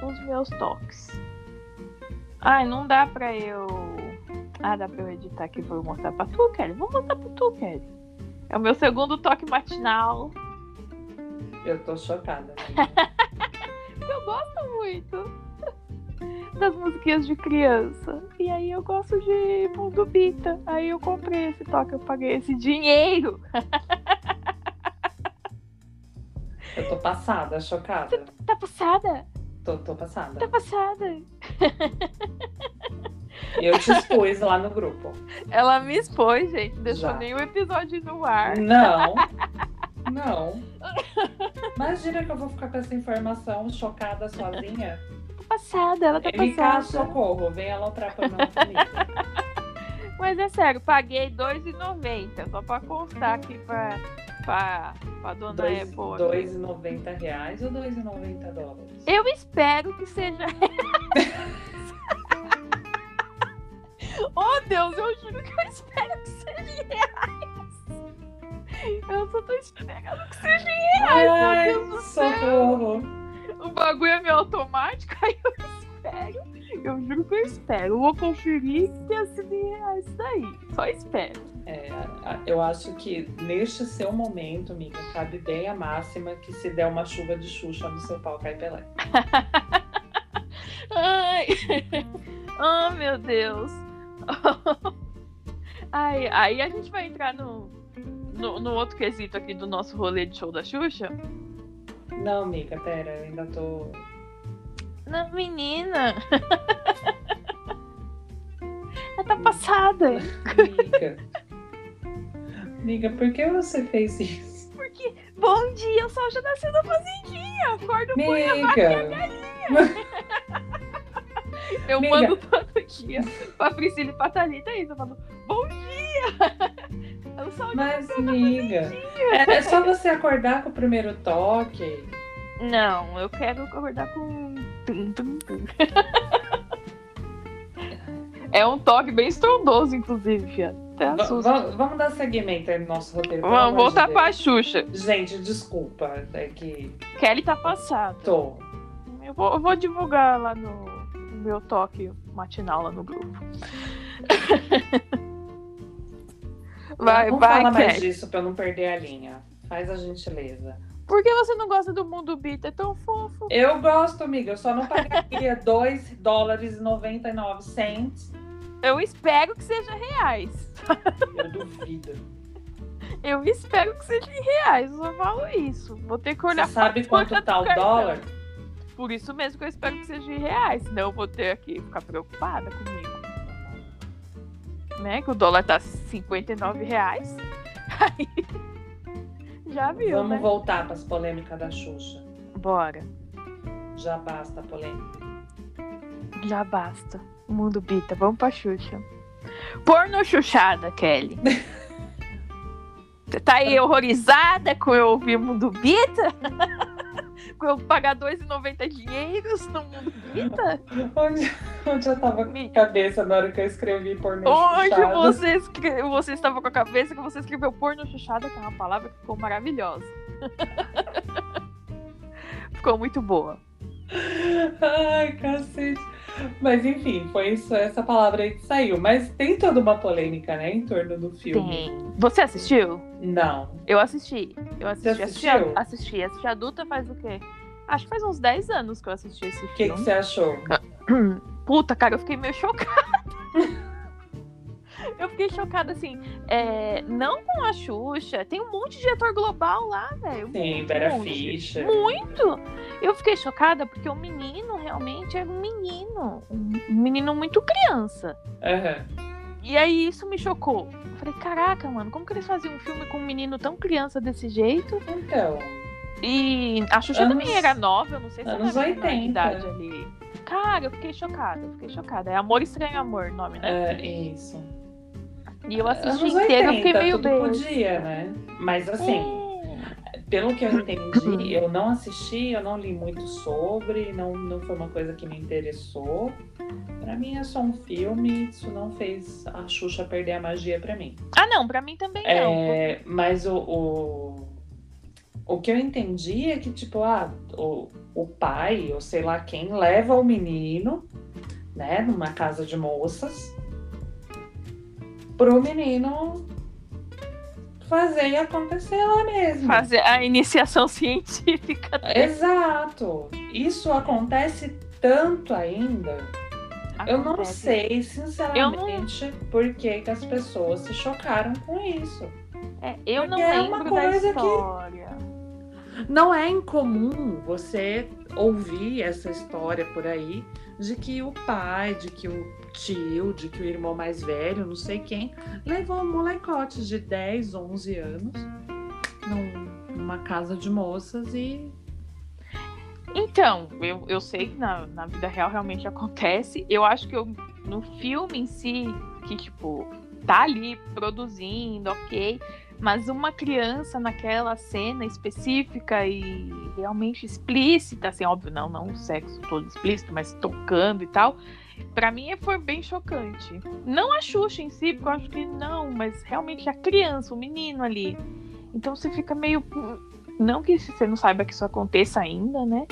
Speaker 2: os meus toques? Ai, não dá pra eu. Ah, dá pra eu editar aqui. Vou mostrar pra tu, Kelly. Vou mostrar pra tu, Kelly. É o meu segundo toque matinal.
Speaker 1: Eu tô chocada.
Speaker 2: Eu gosto muito das musiquinhas de criança. E aí eu gosto de Mundo Bita. Aí eu comprei esse toque, eu paguei esse dinheiro.
Speaker 1: Eu tô passada, chocada.
Speaker 2: Tá passada?
Speaker 1: Tô, tô passada.
Speaker 2: Tá passada?
Speaker 1: Eu te expus lá no grupo.
Speaker 2: Ela me expôs, gente. Não deixou
Speaker 1: Já.
Speaker 2: nenhum episódio no ar.
Speaker 1: Não. Não. Imagina que eu vou ficar com essa informação chocada sozinha.
Speaker 2: Tá passada, ela tá
Speaker 1: MK,
Speaker 2: passada.
Speaker 1: É socorro. Vem aloprar pra minha família.
Speaker 2: Mas é sério, paguei R$2,90. Só pra constar aqui pra, pra, pra dona
Speaker 1: Dois-
Speaker 2: Apple.
Speaker 1: dois e noventa reais ou 2,90 dólares?
Speaker 2: Eu espero que seja. oh Deus, eu juro que eu espero que seja em reais. Eu só tô esperando que seja em reais,
Speaker 1: Ai,
Speaker 2: meu Deus do céu.
Speaker 1: socorro.
Speaker 2: O bagulho é meio automático, aí eu espero. Eu juro que eu espero. Eu vou conferir que tenha sido em reais isso daí. Só espero.
Speaker 1: É, a- eu acho que neste seu momento, amiga, cabe bem a máxima que se der uma chuva de Xuxa no seu pau, cai Pelé.
Speaker 2: Ai! oh, meu Deus! Ai, aí a gente vai entrar no, no, no outro quesito aqui do nosso rolê de show da Xuxa.
Speaker 1: Não, amiga, pera, eu ainda tô.
Speaker 2: Não, menina! Ela tá passada!
Speaker 1: Amiga. amiga, por que você fez isso?
Speaker 2: Porque, bom dia, o sol já nasceu na fazendinha! Acordo com
Speaker 1: Amiga!
Speaker 2: Eu
Speaker 1: Amiga.
Speaker 2: mando todo dia pra Priscila e pra Thalita isso. Eu falo, bom dia! O sol já
Speaker 1: Mas, amiga, é, é só você acordar com o primeiro toque.
Speaker 2: Não, eu quero acordar com. um Tum, tum, tum. é um toque bem estrondoso, inclusive, Fia. Até
Speaker 1: Va-
Speaker 2: assusta.
Speaker 1: va- vamos dar seguimento aí no nosso roteiro. pelo
Speaker 2: Vamos
Speaker 1: amor de
Speaker 2: voltar
Speaker 1: Deus.
Speaker 2: pra Xuxa.
Speaker 1: Gente, desculpa, é que
Speaker 2: Kelly tá passado.
Speaker 1: tô.
Speaker 2: Eu vou, eu vou divulgar lá no no meu toque matinal lá no grupo. vai,
Speaker 1: não
Speaker 2: vai,
Speaker 1: fala mais
Speaker 2: Kelly.
Speaker 1: disso pra eu não perder a linha. Faz a gentileza.
Speaker 2: Por que você não gosta do mundo Bita? É tão fofo.
Speaker 1: Eu gosto, amiga. Eu só não pagaria 2 dólares e 99 cents.
Speaker 2: Eu espero que seja reais.
Speaker 1: Eu duvido.
Speaker 2: Eu espero que seja em reais, eu só falo isso. Vou ter que olhar
Speaker 1: Você sabe quanto tá o
Speaker 2: cartão.
Speaker 1: dólar?
Speaker 2: Por isso mesmo que eu espero que seja em reais. Senão eu vou ter que ficar preocupada comigo. Né? Que o dólar tá 59 reais. Aí. Já viu,
Speaker 1: Vamos
Speaker 2: né?
Speaker 1: voltar pras polêmicas da Xuxa.
Speaker 2: Bora.
Speaker 1: Já basta a polêmica.
Speaker 2: Já basta. Mundo Bita, vamos pra Xuxa. Porno Xuxada, Kelly. Você tá aí horrorizada com eu ouvir Mundo Bita? com eu pagar 2,90 dinheiros no Mundo Bita?
Speaker 1: Onde, onde eu tava com a cabeça na hora que eu escrevi pornô
Speaker 2: Hoje
Speaker 1: chuchado?
Speaker 2: você, escre- você estava com a cabeça que você escreveu porno chuchada, que é uma palavra que ficou maravilhosa. ficou muito boa.
Speaker 1: Ai, cacete. Mas enfim, foi isso, essa palavra aí que saiu. Mas tem toda uma polêmica, né, em torno do filme.
Speaker 2: Você assistiu?
Speaker 1: Não.
Speaker 2: Eu assisti. Eu assisti.
Speaker 1: Você
Speaker 2: assisti, a-
Speaker 1: assistiu?
Speaker 2: assisti. Assisti adulta faz o quê? Acho que faz uns 10 anos que eu assisti esse
Speaker 1: O que, que
Speaker 2: filme.
Speaker 1: você achou?
Speaker 2: Puta, cara, eu fiquei meio chocada. Eu fiquei chocada, assim, é, não com a Xuxa, tem um monte de ator global lá, velho.
Speaker 1: Tem
Speaker 2: um
Speaker 1: Vera
Speaker 2: monte.
Speaker 1: Fischer.
Speaker 2: Muito! Eu fiquei chocada porque o menino realmente era um menino, um menino muito criança.
Speaker 1: Aham.
Speaker 2: E aí isso me chocou. Eu falei, caraca, mano, como que eles faziam um filme com um menino tão criança desse jeito?
Speaker 1: Então,
Speaker 2: E a Xuxa
Speaker 1: Anos-
Speaker 2: também era nova, eu não sei se
Speaker 1: anos
Speaker 2: ela era menor de
Speaker 1: 80.
Speaker 2: idade ali. Cara, eu fiquei chocada, eu fiquei chocada. É Amor Estranho Amor o nome, né?
Speaker 1: é isso.
Speaker 2: E eu assisti
Speaker 1: Anos
Speaker 2: inteiro, eu
Speaker 1: 80,
Speaker 2: fiquei meio
Speaker 1: tudo
Speaker 2: bem.
Speaker 1: podia, né? Mas assim,
Speaker 2: É.
Speaker 1: pelo que eu entendi, eu não assisti, eu não li muito sobre, não, não foi uma coisa que me interessou. Pra mim é só um filme, isso não fez a Xuxa perder a magia pra mim.
Speaker 2: Ah, não, pra mim também não.
Speaker 1: É, mas o, o, o que eu entendi é que, tipo, ah, o, o pai, ou sei lá quem, leva o menino, né, numa casa de moças, pro menino fazer e acontecer lá mesmo.
Speaker 2: Fazer a iniciação científica.
Speaker 1: Exato. Isso acontece tanto ainda. Eu não
Speaker 2: Acontece.
Speaker 1: sei, sinceramente, por que, que as pessoas se chocaram com isso.
Speaker 2: É, eu não
Speaker 1: Porque é uma
Speaker 2: lembro
Speaker 1: coisa
Speaker 2: da
Speaker 1: que-
Speaker 2: história.
Speaker 1: Não é incomum você ouvir essa história por aí de que o pai, de que o tio, de que o irmão mais velho, não sei quem, levou um molecote de 10, 11 anos num- numa casa de moças e.
Speaker 2: Então, eu, eu sei que na, na vida real realmente acontece. Eu acho que eu, no filme em si, que tipo, tá ali produzindo, ok. Mas uma criança naquela cena específica e realmente explícita, assim, óbvio, não, não o sexo todo explícito, mas tocando e tal, pra mim é- foi bem chocante. Não a Xuxa em si, porque eu acho que não, mas realmente a criança, o menino ali. Então você fica meio. Não que você não saiba que isso aconteça ainda, né?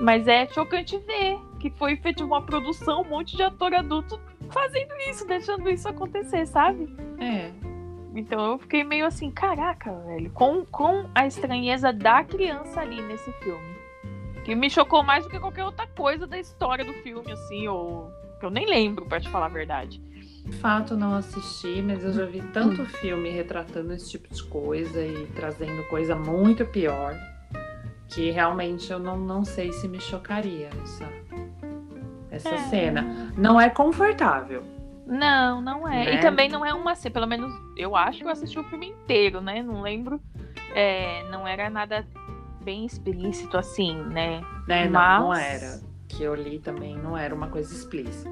Speaker 2: Mas é chocante ver que foi feita uma produção, um monte de ator adulto fazendo isso, deixando isso acontecer, sabe?
Speaker 1: É.
Speaker 2: Então eu fiquei meio assim, caraca, velho, com, com a estranheza da criança ali nesse filme. Que me chocou mais do que qualquer outra coisa da história do filme, assim, ou. que eu nem lembro, pra te falar a verdade.
Speaker 1: De fato, não assisti, mas eu já vi tanto filme retratando esse tipo de coisa e trazendo coisa muito pior que realmente eu não, não sei se me chocaria essa, essa
Speaker 2: É.
Speaker 1: cena. Não é confortável.
Speaker 2: Não, não é.
Speaker 1: Né?
Speaker 2: E também não é uma cena, pelo menos eu acho que eu assisti o filme inteiro, né? Não lembro. É, não era nada bem explícito assim, né?
Speaker 1: Né? Não,
Speaker 2: Mas-
Speaker 1: não era. Que eu li também não era uma coisa explícita.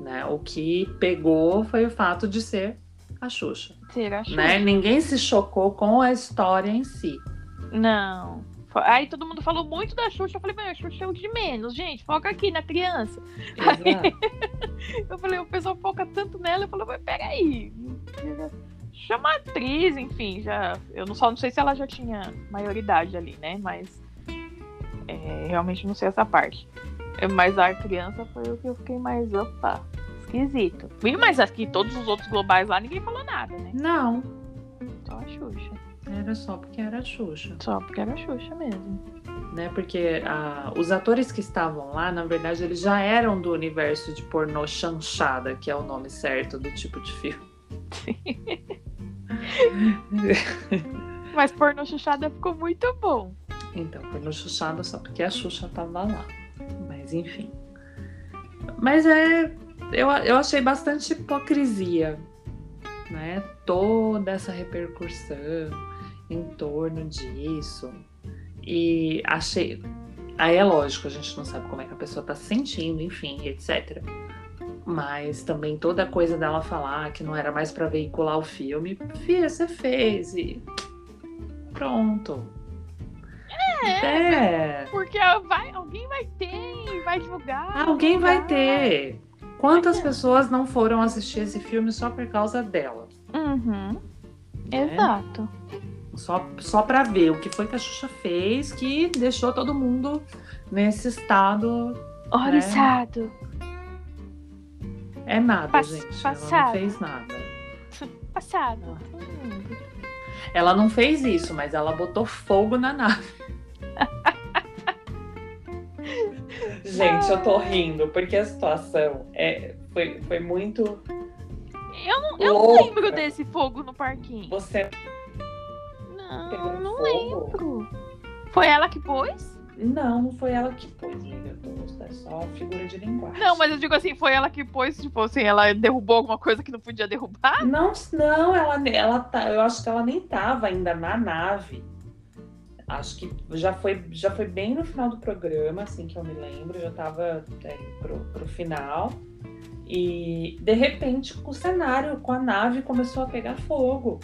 Speaker 1: Né? O que pegou foi o fato de ser a Xuxa.
Speaker 2: Será que.
Speaker 1: Né? Ninguém se chocou com a história em si.
Speaker 2: Não. Fo- Aí todo mundo falou muito da Xuxa. Eu falei, meu, a Xuxa é o de menos, gente. Foca aqui na criança.
Speaker 1: Exato.
Speaker 2: Eu falei, o pessoal foca tanto nela. Eu falei, mas peraí. Chama a atriz, enfim, já. Eu não só não sei se ela já tinha maioridade ali, né? Mas é, realmente não sei essa parte. É, Mas a criança foi o que eu fiquei mais, opa, esquisito. E mas aqui todos os outros globais lá, ninguém falou nada, né?
Speaker 1: Não,
Speaker 2: Só a Xuxa.
Speaker 1: era só porque era a Xuxa.
Speaker 2: Só porque era a Xuxa mesmo.
Speaker 1: né? Porque ah, os atores que estavam lá, na verdade, eles já eram do universo de pornô chanchada, que é o nome certo do tipo de filme.
Speaker 2: Mas pornô chuchada ficou muito bom.
Speaker 1: Então, pornô chanchada só porque a Xuxa tava lá. Mas enfim. Mas é. Eu, eu achei bastante hipocrisia, né? Toda essa repercussão em torno disso. E achei. Aí é lógico, a gente não sabe como é que a pessoa tá se sentindo, enfim, etc. Mas também toda coisa dela falar que não era mais pra veicular o filme. Fia, você fez e. Pronto. É.
Speaker 2: Porque vai, alguém vai ter e vai divulgar.
Speaker 1: Alguém vai
Speaker 2: divulgar. é.
Speaker 1: ter. Quantas
Speaker 2: Olha.
Speaker 1: pessoas não foram assistir esse filme só por causa dela?
Speaker 2: Uhum,
Speaker 1: né?
Speaker 2: Exato.
Speaker 1: Só, só para ver o que foi que a Xuxa fez que deixou todo mundo nesse estado.
Speaker 2: Oriçado.
Speaker 1: É nada,
Speaker 2: Pass-
Speaker 1: gente. Ela não
Speaker 2: passado.
Speaker 1: fez nada.
Speaker 2: Passado.
Speaker 1: Ah.
Speaker 2: Hum.
Speaker 1: Ela não fez isso, mas ela botou fogo na nave. Gente, eu tô rindo, porque a situação é, foi, foi muito.
Speaker 2: Eu não, eu não
Speaker 1: Louca.
Speaker 2: lembro desse fogo no parquinho.
Speaker 1: Você
Speaker 2: Não,
Speaker 1: pegou
Speaker 2: não
Speaker 1: fogo?
Speaker 2: lembro. Foi ela que pôs?
Speaker 1: Não, não foi ela que pôs, liga. Eu tô- É só figura de linguagem.
Speaker 2: Não, mas eu digo assim, foi ela que pôs, tipo assim, ela derrubou alguma coisa que não podia derrubar?
Speaker 1: Não, não, ela, ela tá, eu acho que ela nem tava ainda na nave. Acho que já foi, já foi bem no final do programa, assim que eu me lembro, já tava é, pro, pro final. E de repente o cenário com a nave começou a pegar fogo.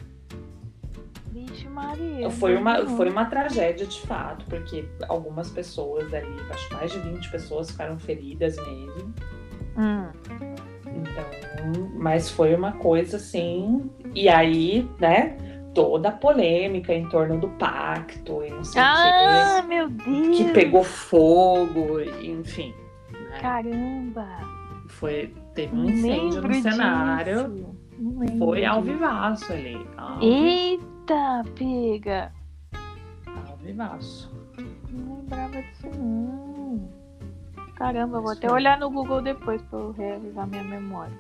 Speaker 2: Vixe, Maria.
Speaker 1: Foi uma, foi uma tragédia de fato, porque algumas pessoas ali, acho que mais de 20 pessoas ficaram feridas mesmo.
Speaker 2: Hum.
Speaker 1: Então, mas foi uma coisa assim. E aí, né? Toda a polêmica em torno do pacto e não sei o
Speaker 2: Ah, meu Deus.
Speaker 1: que, que pegou fogo, e, enfim. né,
Speaker 2: Caramba.
Speaker 1: Foi, teve um
Speaker 2: Não
Speaker 1: incêndio
Speaker 2: lembro
Speaker 1: no cenário.
Speaker 2: disso. Não lembro
Speaker 1: Foi ao
Speaker 2: disso.
Speaker 1: vivaço ali. Ao,
Speaker 2: Eita, pega.
Speaker 1: ao vivaço.
Speaker 2: Não lembrava disso, não. é. Caramba, eu vou
Speaker 1: Isso
Speaker 2: até
Speaker 1: aí.
Speaker 2: olhar no Google depois pra eu reavivar minha memória.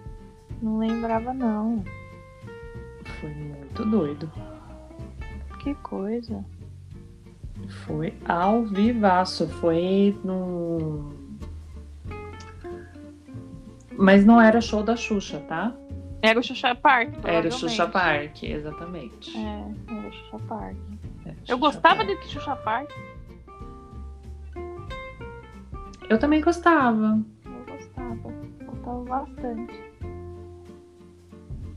Speaker 2: Não lembrava, não.
Speaker 1: Foi muito doido.
Speaker 2: Que coisa.
Speaker 1: Foi ao vivaço. Foi num. Mas não era show da Xuxa, tá?
Speaker 2: Era o Xuxa Park,
Speaker 1: Era o
Speaker 2: provavelmente.
Speaker 1: Xuxa Park, exatamente.
Speaker 2: É, era o Xuxa Park.
Speaker 1: Era o
Speaker 2: Eu
Speaker 1: Xuxa
Speaker 2: gostava
Speaker 1: Park.
Speaker 2: de Xuxa Park.
Speaker 1: Eu também gostava.
Speaker 2: Eu gostava. Gostava bastante.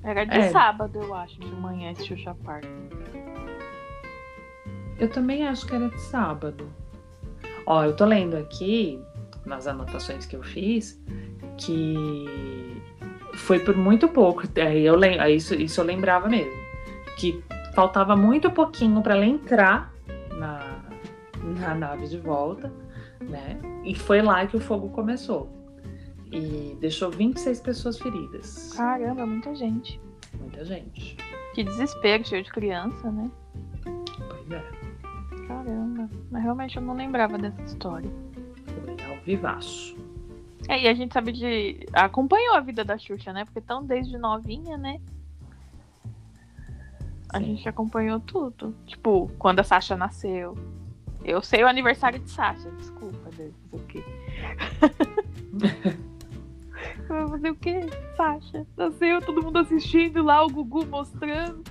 Speaker 2: Era de
Speaker 1: É.
Speaker 2: sábado, eu acho, de manhã, esse Xuxa Park.
Speaker 1: Eu também acho que era de sábado. Ó, eu tô lendo aqui, nas anotações que eu fiz, que foi por muito pouco. Aí eu lem- aí isso, isso eu lembrava mesmo. Que faltava muito pouquinho pra ela entrar na, na nave de volta, né? E foi lá que o fogo começou. E deixou 26 pessoas feridas.
Speaker 2: Caramba, muita gente.
Speaker 1: Muita gente.
Speaker 2: Que desespero, cheio de criança, né?
Speaker 1: Pois é.
Speaker 2: Caramba. Mas realmente eu não lembrava dessa história.
Speaker 1: Foi ao vivaço.
Speaker 2: É, e a gente sabe de. acompanhou a vida da Xuxa, né? Porque tão desde novinha, né? A
Speaker 1: Sim.
Speaker 2: gente acompanhou tudo. Tipo, quando a Sasha nasceu. Eu sei o aniversário de Sasha, desculpa, Deus, fazer o quê? Eu vou fazer o quê? Sasha nasceu, todo mundo assistindo lá, o Gugu mostrando.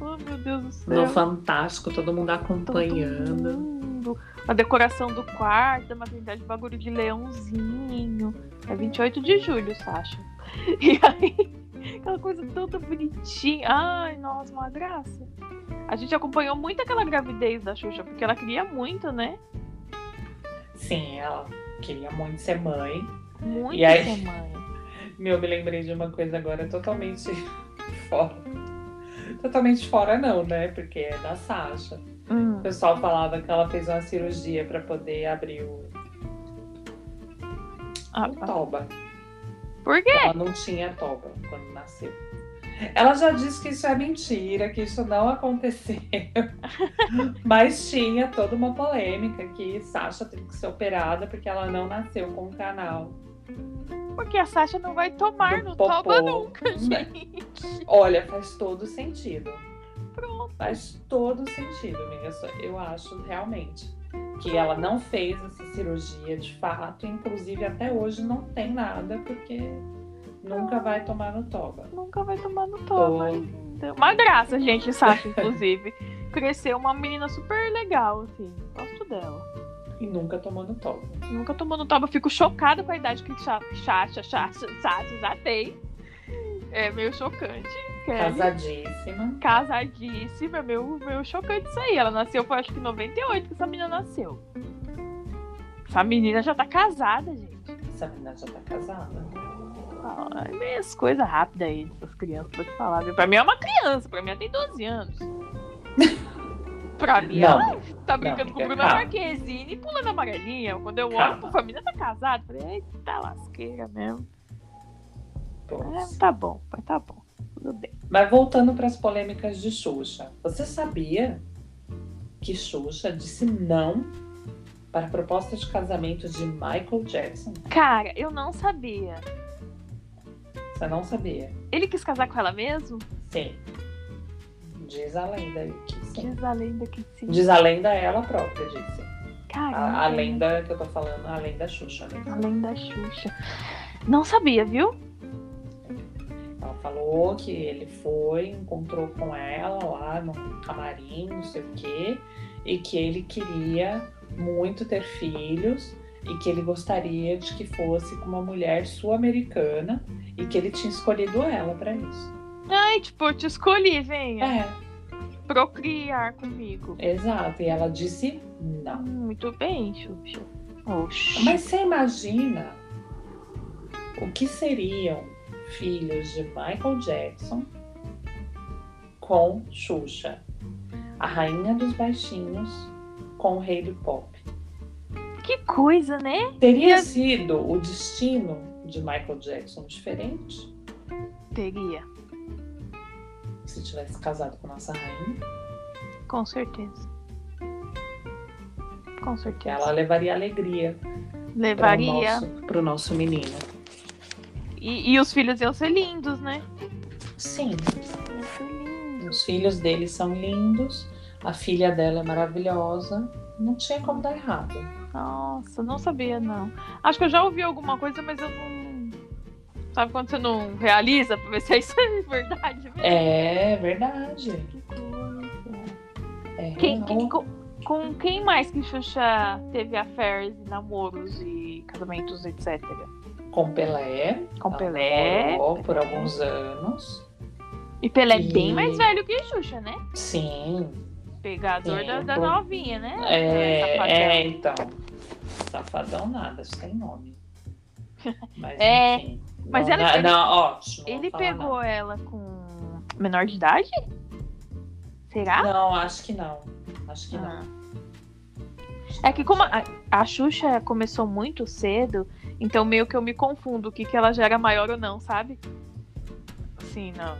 Speaker 2: Oh, meu Deus do céu.
Speaker 1: No Fantástico, todo mundo
Speaker 2: Todo
Speaker 1: acompanhando.
Speaker 2: mundo. A decoração do quarto, a maternidade de bagulho de leãozinho. É 28 de julho, Sasha. E aí, aquela coisa toda bonitinha. Ai, nossa, uma graça. A gente acompanhou muito aquela gravidez da Xuxa, porque ela queria muito, né?
Speaker 1: Sim, ela queria muito ser mãe.
Speaker 2: Muito
Speaker 1: E aí-
Speaker 2: ser mãe.
Speaker 1: Meu, eu me lembrei de uma coisa agora totalmente fora. Totalmente fora não, né? Porque é da Sasha.
Speaker 2: Hum.
Speaker 1: O pessoal falava que ela fez uma cirurgia pra poder abrir o,
Speaker 2: Ah,
Speaker 1: o
Speaker 2: tá.
Speaker 1: toba.
Speaker 2: Por quê?
Speaker 1: Ela não tinha toba quando nasceu. Ela já disse que isso é mentira, que isso não aconteceu. Mas tinha toda uma polêmica que Sasha teve que ser operada porque ela não nasceu com o canal.
Speaker 2: Porque a Sasha não vai tomar
Speaker 1: Do
Speaker 2: no
Speaker 1: popô. Né?
Speaker 2: toba nunca, gente.
Speaker 1: Olha, faz todo sentido.
Speaker 2: Pronto.
Speaker 1: Faz todo sentido, amiga. Só- Eu acho realmente que ela não fez essa cirurgia de fato. Inclusive, até hoje não tem nada, porque nunca vai tomar no toba.
Speaker 2: Nunca vai tomar no
Speaker 1: Tô.
Speaker 2: toba. ainda. Uma graça, gente, Sasha, inclusive. Cresceu uma menina super legal, assim. Gosto dela.
Speaker 1: E nunca tomou no toba.
Speaker 2: Nunca tomou no toba. Fico chocada com a idade que Sasha, Sasha, Sasha já tem. É meio chocante. Kelly.
Speaker 1: Casadíssima.
Speaker 2: Casadíssima. É meio, meio chocante isso aí. Ela nasceu, foi acho que em 98 que essa menina nasceu. Essa menina já tá casada, gente.
Speaker 1: Essa menina já tá casada.
Speaker 2: Ah, é meio As coisas rápidas aí dessas crianças, vou te falar. Viu? Pra mim é uma criança, pra mim ela tem 12 anos. pra mim
Speaker 1: Não,
Speaker 2: ela tá brincando com
Speaker 1: amiga,
Speaker 2: Bruna
Speaker 1: calma.
Speaker 2: Marquezine e pulando amarelinha. Quando eu olho
Speaker 1: Calma.
Speaker 2: pra família tá casada, eu falei, eita lasqueira mesmo.
Speaker 1: Pois.
Speaker 2: É, tá bom, mas tá bom. Tudo bem.
Speaker 1: Mas voltando para as polêmicas de Xuxa. Você sabia que Xuxa disse não para a proposta de casamento de Michael Jackson.
Speaker 2: Cara, eu não sabia.
Speaker 1: Você não sabia?
Speaker 2: Ele quis casar com ela mesmo?
Speaker 1: Sim. Diz a lenda aí que sim.
Speaker 2: Diz a lenda que sim.
Speaker 1: Diz a lenda ela própria, disse.
Speaker 2: Cara, é
Speaker 1: A, a lenda que eu tô falando, a lenda Xuxa, né?
Speaker 2: A lenda Xuxa. Não sabia, viu?
Speaker 1: Ela falou que ele foi, encontrou com ela lá no camarim, não sei o quê, e que ele queria muito ter filhos e que ele gostaria de que fosse com uma mulher sul-americana e que ele tinha escolhido ela pra isso.
Speaker 2: Ai, tipo, eu te escolhi, venha.
Speaker 1: É,
Speaker 2: Procriar comigo.
Speaker 1: exato. E ela disse não.
Speaker 2: Muito bem, Xuxa. Oxi.
Speaker 1: Mas você imagina o que seriam filhos de Michael Jackson com Xuxa, a rainha dos baixinhos com o rei do pop.
Speaker 2: Que coisa, né?
Speaker 1: Teria sido o destino de Michael Jackson diferente
Speaker 2: Teria.
Speaker 1: se tivesse casado com nossa rainha?
Speaker 2: Com certeza. Com
Speaker 1: Que
Speaker 2: certeza.
Speaker 1: ela levaria alegria para o
Speaker 2: Levaria.
Speaker 1: nosso, pro nosso menino.
Speaker 2: E, e os filhos iam ser lindos, né?
Speaker 1: Sim,
Speaker 2: Iam ser lindos.
Speaker 1: os filhos dele são lindos, a filha dela é maravilhosa, não tinha como dar errado.
Speaker 2: Nossa, não sabia, não. Acho que eu já ouvi alguma coisa, mas eu não. Sabe quando você não realiza pra ver se é isso é verdade mesmo?
Speaker 1: É verdade.
Speaker 2: Que coisa.
Speaker 1: É
Speaker 2: Quem,
Speaker 1: real.
Speaker 2: quem- com, com quem mais que Xuxa teve affairs e namoros e casamentos, etc?
Speaker 1: Com Pelé.
Speaker 2: Com
Speaker 1: ela
Speaker 2: Pelé.
Speaker 1: namorou por alguns anos.
Speaker 2: E Pelé é
Speaker 1: E-
Speaker 2: bem mais velho que Xuxa, né?
Speaker 1: Sim.
Speaker 2: Pegador da, da
Speaker 1: Sim, bom.
Speaker 2: novinha, né?
Speaker 1: um É,
Speaker 2: Safadão.
Speaker 1: é, então. Safadão nada, isso tem nome. Mas,
Speaker 2: É,
Speaker 1: enfim.
Speaker 2: mas
Speaker 1: não,
Speaker 2: ela-
Speaker 1: não, não, ó, shh, não
Speaker 2: Ele
Speaker 1: vou falar
Speaker 2: pegou ela com menor de idade? Será?
Speaker 1: Não. não, acho que não. Acho que não.
Speaker 2: Ah. É que como a, a Xuxa começou muito cedo, então meio que eu me confundo o que, que ela já era maior ou não, sabe? Sim, não.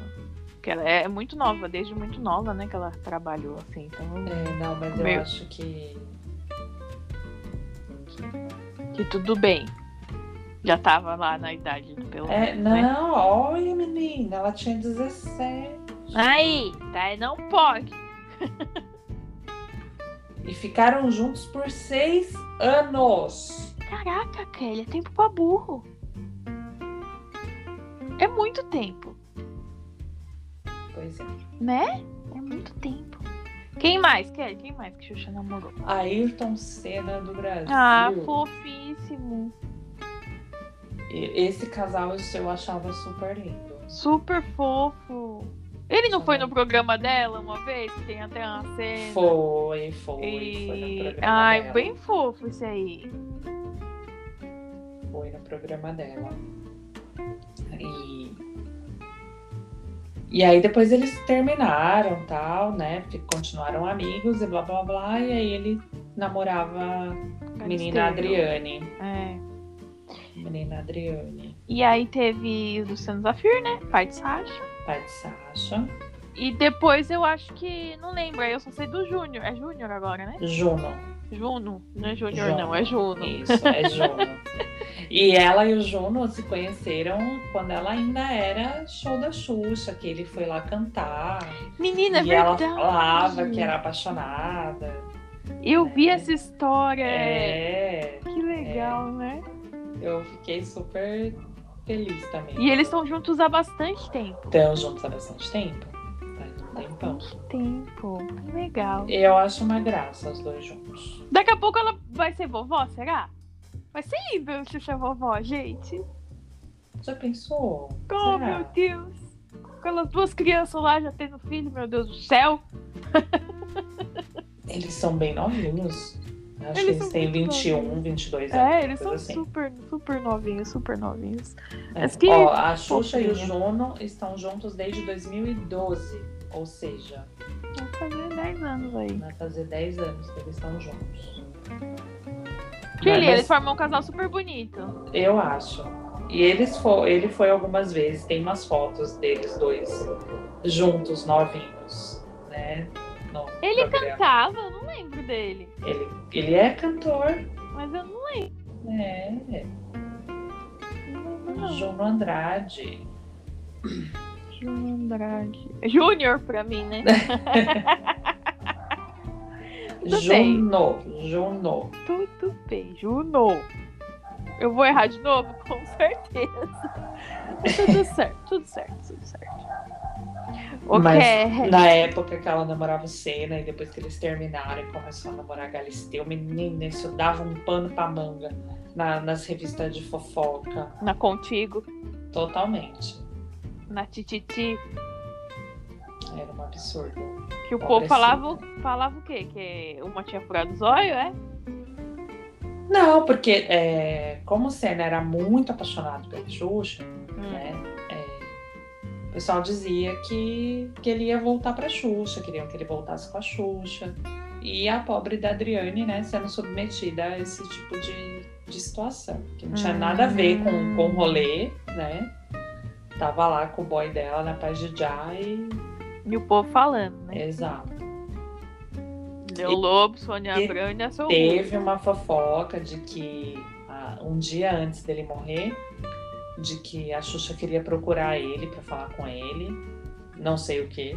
Speaker 2: Porque ela é muito nova, desde muito nova, né, que ela trabalhou, assim, então...
Speaker 1: É, não, mas eu
Speaker 2: Meu.
Speaker 1: acho que.
Speaker 2: Que tudo bem. Já tava lá na idade do pelo
Speaker 1: É,
Speaker 2: menos, né?
Speaker 1: não, olha, menina, ela tinha 17.
Speaker 2: Aí, tá, não pode.
Speaker 1: E ficaram juntos por seis anos.
Speaker 2: Caraca, Kelly, é tempo pra burro. É muito tempo,
Speaker 1: Pois é.
Speaker 2: né? É muito tempo. Quem mais, Kelly? Quem mais que Xuxa namorou?
Speaker 1: Ayrton Senna do Brasil.
Speaker 2: Ah, fofíssimo.
Speaker 1: E- Esse casal esse eu achava super lindo.
Speaker 2: Super fofo. Ele não foi no programa dela uma vez? Que tem até uma cena.
Speaker 1: Foi, foi, foi no
Speaker 2: E...
Speaker 1: programa
Speaker 2: Ai,
Speaker 1: dela.
Speaker 2: bem fofo esse aí.
Speaker 1: Foi no programa dela. E... E aí depois eles terminaram, tal, né? Fi- Continuaram amigos e blá blá blá. E aí ele namorava a menina
Speaker 2: Adriana.
Speaker 1: Adriane. Menina Adriane.
Speaker 2: É. E aí teve Luciano Zafir, né? Pai de Sasha.
Speaker 1: Pai de Sasha.
Speaker 2: E depois eu acho que. Não lembro, aí eu só sei do Júnior. É Júnior agora, né?
Speaker 1: Juno.
Speaker 2: Juno. Não é Júnior,
Speaker 1: Juno.
Speaker 2: não, é Juno.
Speaker 1: Isso, é Juno. E ela e o Juno se conheceram quando ela ainda era show da Xuxa, que ele foi lá cantar.
Speaker 2: Menina, é
Speaker 1: e ela
Speaker 2: verdade.
Speaker 1: falava que era apaixonada.
Speaker 2: Eu vi
Speaker 1: É.
Speaker 2: essa história.
Speaker 1: É.
Speaker 2: Que legal, né?
Speaker 1: eu fiquei super feliz também.
Speaker 2: E eles estão juntos há bastante tempo.
Speaker 1: Estão juntos há bastante tempo. Faz um tempão.
Speaker 2: Bastante tempo. Que legal.
Speaker 1: Eu acho uma graça os dois juntos.
Speaker 2: Daqui a pouco ela vai ser vovó, será? Vai ser lindo eu Xuxa vovó, gente.
Speaker 1: Já pensou?
Speaker 2: Oh,
Speaker 1: Será?
Speaker 2: meu Deus. Aquelas duas crianças lá já tendo filho, meu Deus do céu.
Speaker 1: Eles são bem novinhos. Acho
Speaker 2: Eles
Speaker 1: que eles
Speaker 2: são
Speaker 1: têm
Speaker 2: muito
Speaker 1: 21,
Speaker 2: novinhos.
Speaker 1: 22 anos.
Speaker 2: É, eles são
Speaker 1: coisa assim.
Speaker 2: super, super novinhos, super novinhos.
Speaker 1: É.
Speaker 2: Mas que
Speaker 1: Ó, a Xuxa e o
Speaker 2: fofinha.
Speaker 1: Juno estão juntos desde 2012. Ou seja,
Speaker 2: Vai fazer 10 anos aí.
Speaker 1: vai fazer 10 anos que eles estão juntos.
Speaker 2: Filha,
Speaker 1: mas-
Speaker 2: eles formam um casal super bonito.
Speaker 1: Eu acho. E eles fo ele foi algumas vezes, tem umas fotos deles dois juntos, novinhos, né? No
Speaker 2: Ele
Speaker 1: programa.
Speaker 2: cantava, eu não lembro lembro dele.
Speaker 1: Ele, ele é cantor.
Speaker 2: Mas eu não
Speaker 1: É.
Speaker 2: lembro, não.
Speaker 1: João Andrade.
Speaker 2: João Andrade. Júnior pra mim, né? Tudo bem.
Speaker 1: Juno. Juno.
Speaker 2: Tudo bem, Juno. Eu vou errar de novo? Com certeza. Mas tá tudo certo, tudo certo, tudo certo. O
Speaker 1: Mas
Speaker 2: que
Speaker 1: Na época que ela namorava o Senna e depois que eles terminaram e começou a namorar a Galisteu, menina, isso dava um pano pra manga na- nas revistas de fofoca.
Speaker 2: na Contigo,
Speaker 1: Totalmente.
Speaker 2: na Tititi,
Speaker 1: Era um absurdo.
Speaker 2: que o povo
Speaker 1: Pobrecita.
Speaker 2: falava, falava o quê? Que uma tinha furado os olhos, é?
Speaker 1: Não, porque é, como o Senna era muito apaixonado pela Xuxa,
Speaker 2: Hum.
Speaker 1: né? é, o pessoal dizia que, que ele ia voltar pra Xuxa, queriam que ele voltasse com a Xuxa. E a pobre da Adriane, né, sendo submetida a esse tipo de, de situação. Que não tinha
Speaker 2: Hum.
Speaker 1: nada a ver com, com o rolê, né? Tava lá com o boy dela na paz de Já e.
Speaker 2: E o povo falando, né?
Speaker 1: Exato.
Speaker 2: Leo Lobo, Sônia
Speaker 1: E-
Speaker 2: Abrão e Nelson Rubio.
Speaker 1: Teve uma fofoca de que ah, um dia antes dele morrer, de que a Xuxa queria procurar ele pra falar com ele, não sei o que.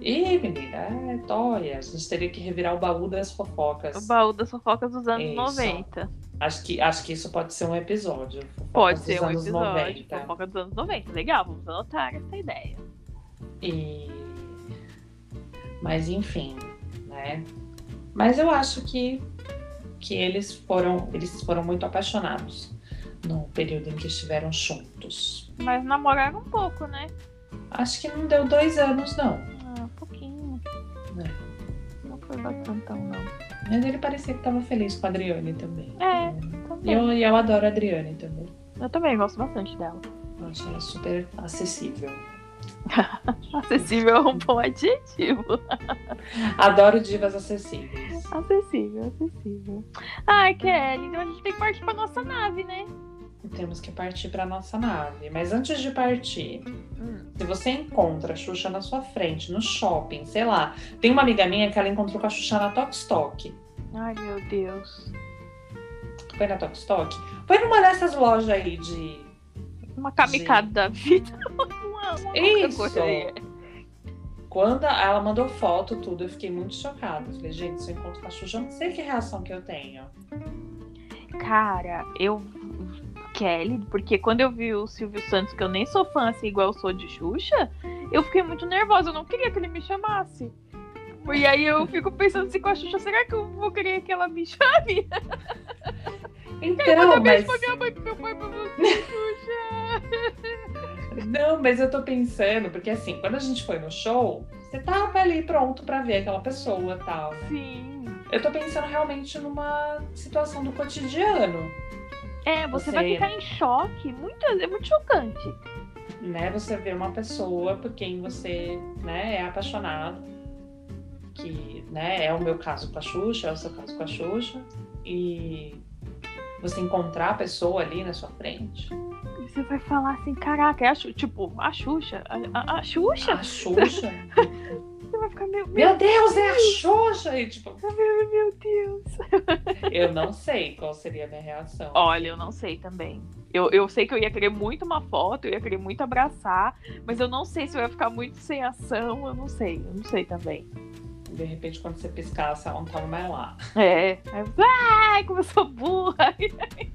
Speaker 1: E menina, é toia, a gente teria que revirar o baú das
Speaker 2: O
Speaker 1: fofocas.
Speaker 2: baú das fofocas dos anos
Speaker 1: Isso.
Speaker 2: 90.
Speaker 1: Acho que, acho que isso pode ser um episódio. Fofocas
Speaker 2: Pode
Speaker 1: dos
Speaker 2: ser um
Speaker 1: anos
Speaker 2: episódio.
Speaker 1: 90.
Speaker 2: Fofoca dos anos 90. Legal, vamos anotar essa ideia.
Speaker 1: E... Mas enfim, né? Mas eu acho que, que eles foram eles foram muito apaixonados no período em que estiveram juntos.
Speaker 2: Mas namoraram um pouco, né?
Speaker 1: Acho que não deu dois anos, não.
Speaker 2: Ah, um pouquinho.
Speaker 1: É.
Speaker 2: Não foi bastante, não.
Speaker 1: Mas ele parecia que estava feliz com a Adriane também.
Speaker 2: É,
Speaker 1: E
Speaker 2: também. Eu...
Speaker 1: eu, e eu adoro a Adriane também.
Speaker 2: também gosto bastante dela.
Speaker 1: Eu acho ela super acessível.
Speaker 2: Acessível é um bom adjetivo.
Speaker 1: Adoro divas acessíveis.
Speaker 2: Acessível, acessível. Ai, Kelly, então a gente tem que partir pra nossa nave, né?
Speaker 1: Temos que partir para nossa nave. Mas antes de partir, Se você encontra a Xuxa na sua frente, no shopping, sei lá. Tem uma amiga minha que ela encontrou com a Xuxa na Tokstok.
Speaker 2: Ai, meu Deus.
Speaker 1: Foi na Tokstok? Foi numa dessas lojas aí de.
Speaker 2: Uma kamikada da vida. uma, uma outra
Speaker 1: Isso.
Speaker 2: coisa aí.
Speaker 1: Quando ela mandou foto, tudo, eu fiquei muito chocada. Eu Falei, gente, se eu encontro com a Xuxa, eu não sei que reação que eu tenho.
Speaker 2: Cara, eu. Kelly, porque quando eu vi o Silvio Santos, que eu nem sou fã assim igual eu sou de Xuxa, eu fiquei muito nervosa, eu não queria que ele me chamasse. E aí eu fico pensando assim com a Xuxa, será que eu vou querer que ela me chame?
Speaker 1: Então,
Speaker 2: beijo
Speaker 1: mas.
Speaker 2: pra minha mãe, pro meu pai, pra você, Xuxa.
Speaker 1: Não, mas eu tô pensando, porque assim, quando a gente foi no show, você tava ali pronto pra ver aquela pessoa e tal. né?
Speaker 2: Sim.
Speaker 1: Eu tô pensando realmente numa situação do cotidiano.
Speaker 2: É, você
Speaker 1: Você-
Speaker 2: vai ficar em choque. Muito, é muito chocante.
Speaker 1: né? Você vê uma pessoa por quem você, né, é apaixonado, que, né, é o meu caso com a Xuxa, é o seu caso com a Xuxa, e você encontrar a pessoa ali na sua frente.
Speaker 2: E Você vai falar assim, caraca, é a Xuxa. Tipo, a Xuxa. A, a- a Xuxa?
Speaker 1: A Xuxa.
Speaker 2: Você vai ficar, meu, meu,
Speaker 1: meu Deus, é a Xuxa! E, tipo,
Speaker 2: meu, meu Deus.
Speaker 1: eu não sei qual seria a minha reação.
Speaker 2: Olha, eu não sei também. Eu, eu sei que eu ia querer muito uma foto, eu ia querer muito abraçar, mas eu não sei se eu ia ficar muito sem ação, eu não sei, eu não sei também.
Speaker 1: De repente, quando você piscasse, ela não tava mais lá.
Speaker 2: É, aí, eu- ai, como eu sou burra!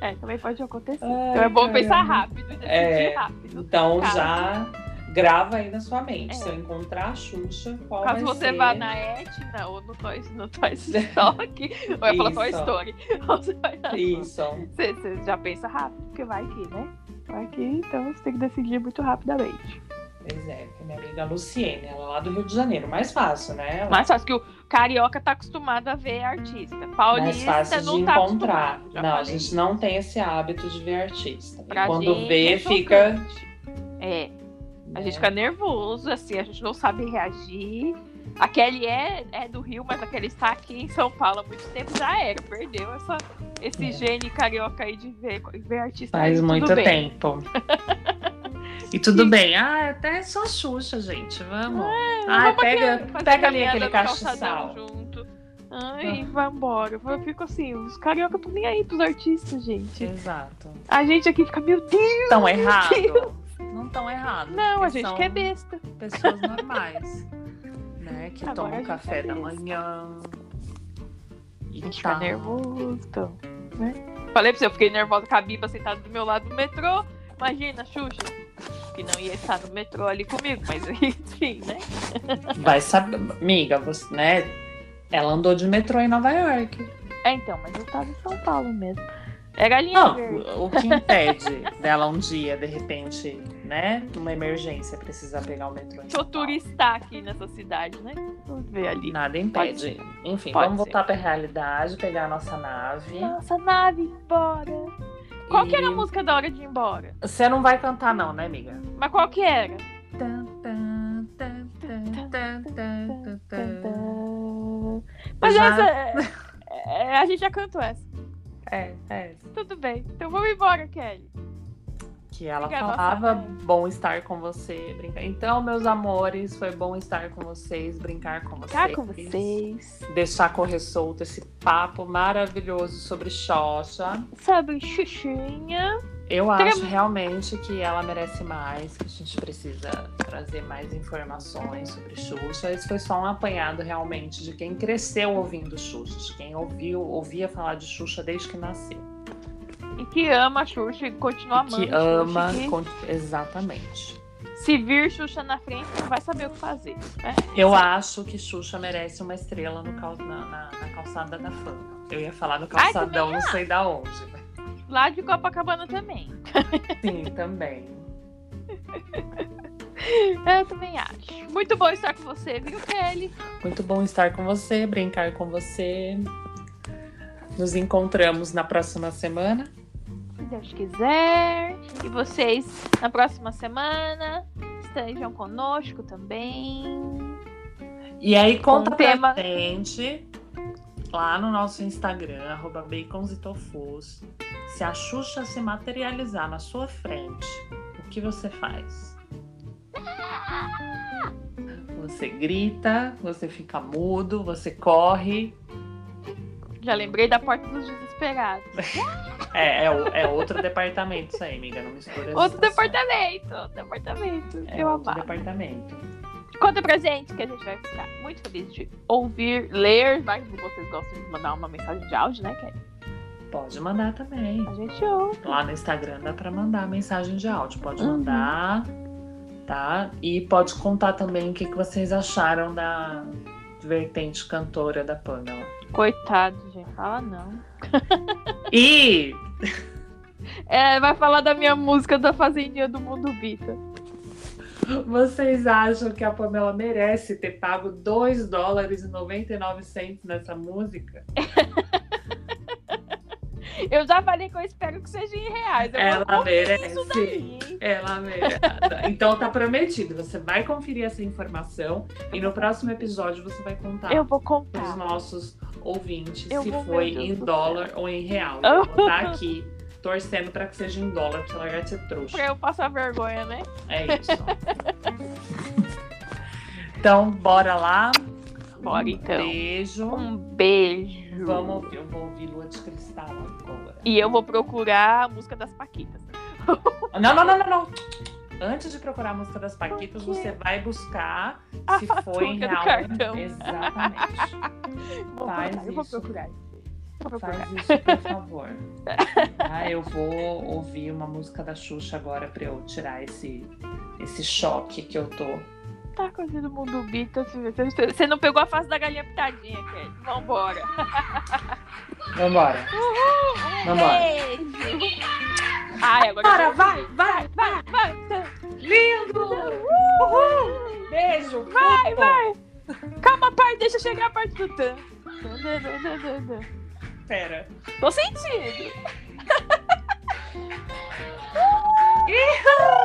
Speaker 2: É, também pode acontecer.
Speaker 1: Ai,
Speaker 2: então é bom
Speaker 1: caramba.
Speaker 2: pensar rápido, né? decidir
Speaker 1: É,
Speaker 2: rápido.
Speaker 1: Então,
Speaker 2: Caso.
Speaker 1: já grava aí na sua mente.
Speaker 2: É.
Speaker 1: Se eu encontrar a Xuxa, qual
Speaker 2: Caso
Speaker 1: vai
Speaker 2: você
Speaker 1: ser...
Speaker 2: vá na Etna ou no Toy, no Toy Story, ou ia falar Toy
Speaker 1: Isso.
Speaker 2: Story, ou você vai na-
Speaker 1: Isso.
Speaker 2: Você, você já pensa rápido, porque vai que, né? Vai que, então você tem que decidir muito rapidamente.
Speaker 1: Pois é, que minha amiga Luciene, ela é lá do Rio de Janeiro, mais fácil, né? Ela-
Speaker 2: Mais fácil, que o carioca tá acostumado a ver artista.
Speaker 1: mais
Speaker 2: Paulista
Speaker 1: fácil de
Speaker 2: não tá
Speaker 1: encontrar.
Speaker 2: acostumado. já
Speaker 1: Não, a
Speaker 2: falei.
Speaker 1: gente não tem esse hábito de ver artista. E
Speaker 2: Pra
Speaker 1: quando
Speaker 2: gente
Speaker 1: vê,
Speaker 2: é
Speaker 1: fica.
Speaker 2: chocante. É, a
Speaker 1: né?
Speaker 2: gente fica nervoso, assim, a gente não sabe reagir. A Kelly é, é do Rio, mas a Kelly está aqui em São Paulo há muito tempo, já era, perdeu essa, esse
Speaker 1: É.
Speaker 2: gene carioca aí de ver, ver artista.
Speaker 1: Faz
Speaker 2: tudo
Speaker 1: muito
Speaker 2: bem.
Speaker 1: tempo. E tudo bem. Ah, até só a Xuxa, gente. Vamos. ah,
Speaker 2: É, Vamos
Speaker 3: pega,
Speaker 2: aqui, fazer
Speaker 3: pega ali
Speaker 2: caminhada
Speaker 3: aquele
Speaker 2: no calçadão
Speaker 3: cachaçal.
Speaker 2: junto. Ai,
Speaker 1: Ah.
Speaker 2: vai embora. Eu fico assim, os carioca estão nem aí pros artistas, gente.
Speaker 1: Exato.
Speaker 2: A gente aqui fica, meu Deus,
Speaker 1: Tão errado. Não tão errado.
Speaker 2: não, a
Speaker 1: porque
Speaker 2: gente
Speaker 1: são
Speaker 2: quer besta.
Speaker 1: pessoas normais. né? Que
Speaker 2: Agora a
Speaker 1: tomam
Speaker 2: gente
Speaker 1: café
Speaker 2: é
Speaker 1: da
Speaker 2: besta.
Speaker 1: manhã. E
Speaker 2: A gente
Speaker 1: tá.
Speaker 2: fica nervoso, então, né? Falei pra você, eu fiquei nervosa com a Biba sentada do meu lado no metrô. Imagina, a Xuxa, que não ia estar no metrô ali comigo, mas enfim, né?
Speaker 1: Vai saber. Amiga, você, né? Ela andou de metrô em Nova York.
Speaker 2: É, então, mas eu tava em São Paulo mesmo. É galinha verde.
Speaker 1: Não, o que impede dela um dia, de repente, né? Numa emergência, precisar pegar o metrô. em
Speaker 2: Sou
Speaker 1: São Paulo.
Speaker 2: turista aqui nessa cidade, né? Vamos ver ali.
Speaker 1: Nada impede. Enfim,
Speaker 2: Pode
Speaker 1: vamos
Speaker 2: ser.
Speaker 1: voltar pra realidade, pegar a nossa nave.
Speaker 2: Nossa, nave, embora. Qual
Speaker 1: E-
Speaker 2: que era a música da hora de ir embora?
Speaker 1: Você não vai cantar, não, né, amiga?
Speaker 2: Mas qual que era? Mas
Speaker 1: Já-
Speaker 2: essa. é- é, a gente já cantou essa.
Speaker 1: É, é.
Speaker 2: Tudo bem. Então vamos embora, Kelly.
Speaker 1: Que ela
Speaker 2: Fica abafado,
Speaker 1: falava
Speaker 2: né?
Speaker 1: bom estar com você. Brincar. Então, meus amores, foi bom estar com vocês, brincar com vocês.
Speaker 2: Tá com vocês.
Speaker 1: Deixar correr solto esse papo maravilhoso sobre Xoxa.
Speaker 2: Sabe, Xuxinha.
Speaker 1: Eu
Speaker 2: Tem-
Speaker 1: acho realmente que ela merece mais, que a gente precisa trazer mais informações sobre Xuxa. Esse foi só um apanhado realmente de quem cresceu ouvindo Xuxa, de quem ouviu, ouvia falar de Xuxa desde que nasceu.
Speaker 2: E que ama a Xuxa e continua amando.
Speaker 1: que
Speaker 2: a Xuxa,
Speaker 1: ama.
Speaker 2: que
Speaker 1: con- Exatamente.
Speaker 2: Se vir Xuxa na frente, não vai saber o que fazer. né?
Speaker 1: Eu acho que Xuxa merece uma estrela no cal- na, na- na calçada da fama. Eu ia falar no
Speaker 2: Ai,
Speaker 1: calçadão, não sei da onde. mas
Speaker 2: Lá de Copacabana também.
Speaker 1: Sim, também.
Speaker 2: Eu também acho. Muito bom estar com você, viu, Kelly?
Speaker 1: Muito bom estar com você, brincar com você. Nos encontramos na próxima semana.
Speaker 2: se Deus quiser. E vocês, na próxima semana, estejam conosco também.
Speaker 1: E aí conta
Speaker 2: Com
Speaker 1: pra
Speaker 2: tema.
Speaker 1: gente lá no nosso Instagram, arroba bacons e tofus, se a Xuxa se materializar na sua frente, o que você faz? Você grita, você fica mudo, você corre.
Speaker 2: Já lembrei da porta dos desesperados.
Speaker 1: É, é, o- é outro departamento isso aí, amiga. Não mistura as
Speaker 2: Outro
Speaker 1: estações.
Speaker 2: departamento, outro departamento.
Speaker 1: É
Speaker 2: eu
Speaker 1: outro
Speaker 2: amava.
Speaker 1: departamento.
Speaker 2: Conta pra gente que a gente vai ficar muito feliz de ouvir, ler. Vai que vocês gostam de mandar uma mensagem de áudio, né, Kelly?
Speaker 1: Pode mandar também.
Speaker 2: A gente ouve.
Speaker 1: Lá no Instagram dá para mandar mensagem de áudio, pode
Speaker 2: Uhum.
Speaker 1: mandar, tá? E pode contar também o que, que vocês acharam da vertente cantora da Pamela.
Speaker 2: Coitado, gente. Fala não.
Speaker 1: E
Speaker 2: É, vai falar da minha música da Fazendinha do Mundo Bita.
Speaker 1: vocês acham que a Pamela merece ter pago 2 dólares e 99 centos nessa música?
Speaker 2: Eu já falei que eu espero que seja em reais. Eu vou
Speaker 1: Ela
Speaker 2: Isso
Speaker 1: merece.
Speaker 2: daí, hein?
Speaker 1: Ela merece. Então tá prometido, você vai conferir essa informação e no próximo episódio você vai contar.
Speaker 2: Eu vou
Speaker 1: para os
Speaker 2: contar.
Speaker 1: nossos ouvintes
Speaker 2: Tá. Eu
Speaker 1: se
Speaker 2: vou,
Speaker 1: foi
Speaker 2: meu Deus
Speaker 1: em
Speaker 2: do
Speaker 1: dólar ou em real. Eu vou estar aqui torcendo para que seja em dólar, porque ela vai ser trouxa.
Speaker 2: Pra eu passar vergonha, né?
Speaker 1: É isso. então, bora lá.
Speaker 2: Bora, então.
Speaker 1: Um beijo.
Speaker 2: Um beijo.
Speaker 1: Vamos ouvir. Eu vou ouvir Lua de Cristal agora.
Speaker 2: E eu vou procurar a música das Paquitas.
Speaker 1: Não, não, não, não, não. Antes de procurar a música das Paquitas,
Speaker 2: Por quê? Ah,
Speaker 1: você vai buscar
Speaker 2: A
Speaker 1: se foi
Speaker 2: fatura
Speaker 1: em
Speaker 2: do
Speaker 1: real.
Speaker 2: cartão.
Speaker 1: Exatamente.
Speaker 2: Vou
Speaker 1: Faz
Speaker 2: procurar, eu vou
Speaker 1: isso.
Speaker 2: procurar. Vou procurar.
Speaker 1: Faz isso, por favor. Ah, eu vou ouvir uma música da Xuxa agora pra eu tirar esse, esse choque que eu tô.
Speaker 2: Tá coisa do mundo bita. assim, Você- Você você não pegou a face da galinha pitadinha, Kelly. Vambora.
Speaker 1: Vambora.
Speaker 2: Um
Speaker 1: Vambora.
Speaker 2: beijo. Ai, agora. eu vou-
Speaker 3: vai, vai, vai! Lindo! Beijo! Vai, vai!
Speaker 2: Calma, pai, deixa eu chegar a parte do tan. Tan, tan, tan, tan, tan, tan.
Speaker 1: Pera.
Speaker 2: Tô sentindo.
Speaker 3: Ih!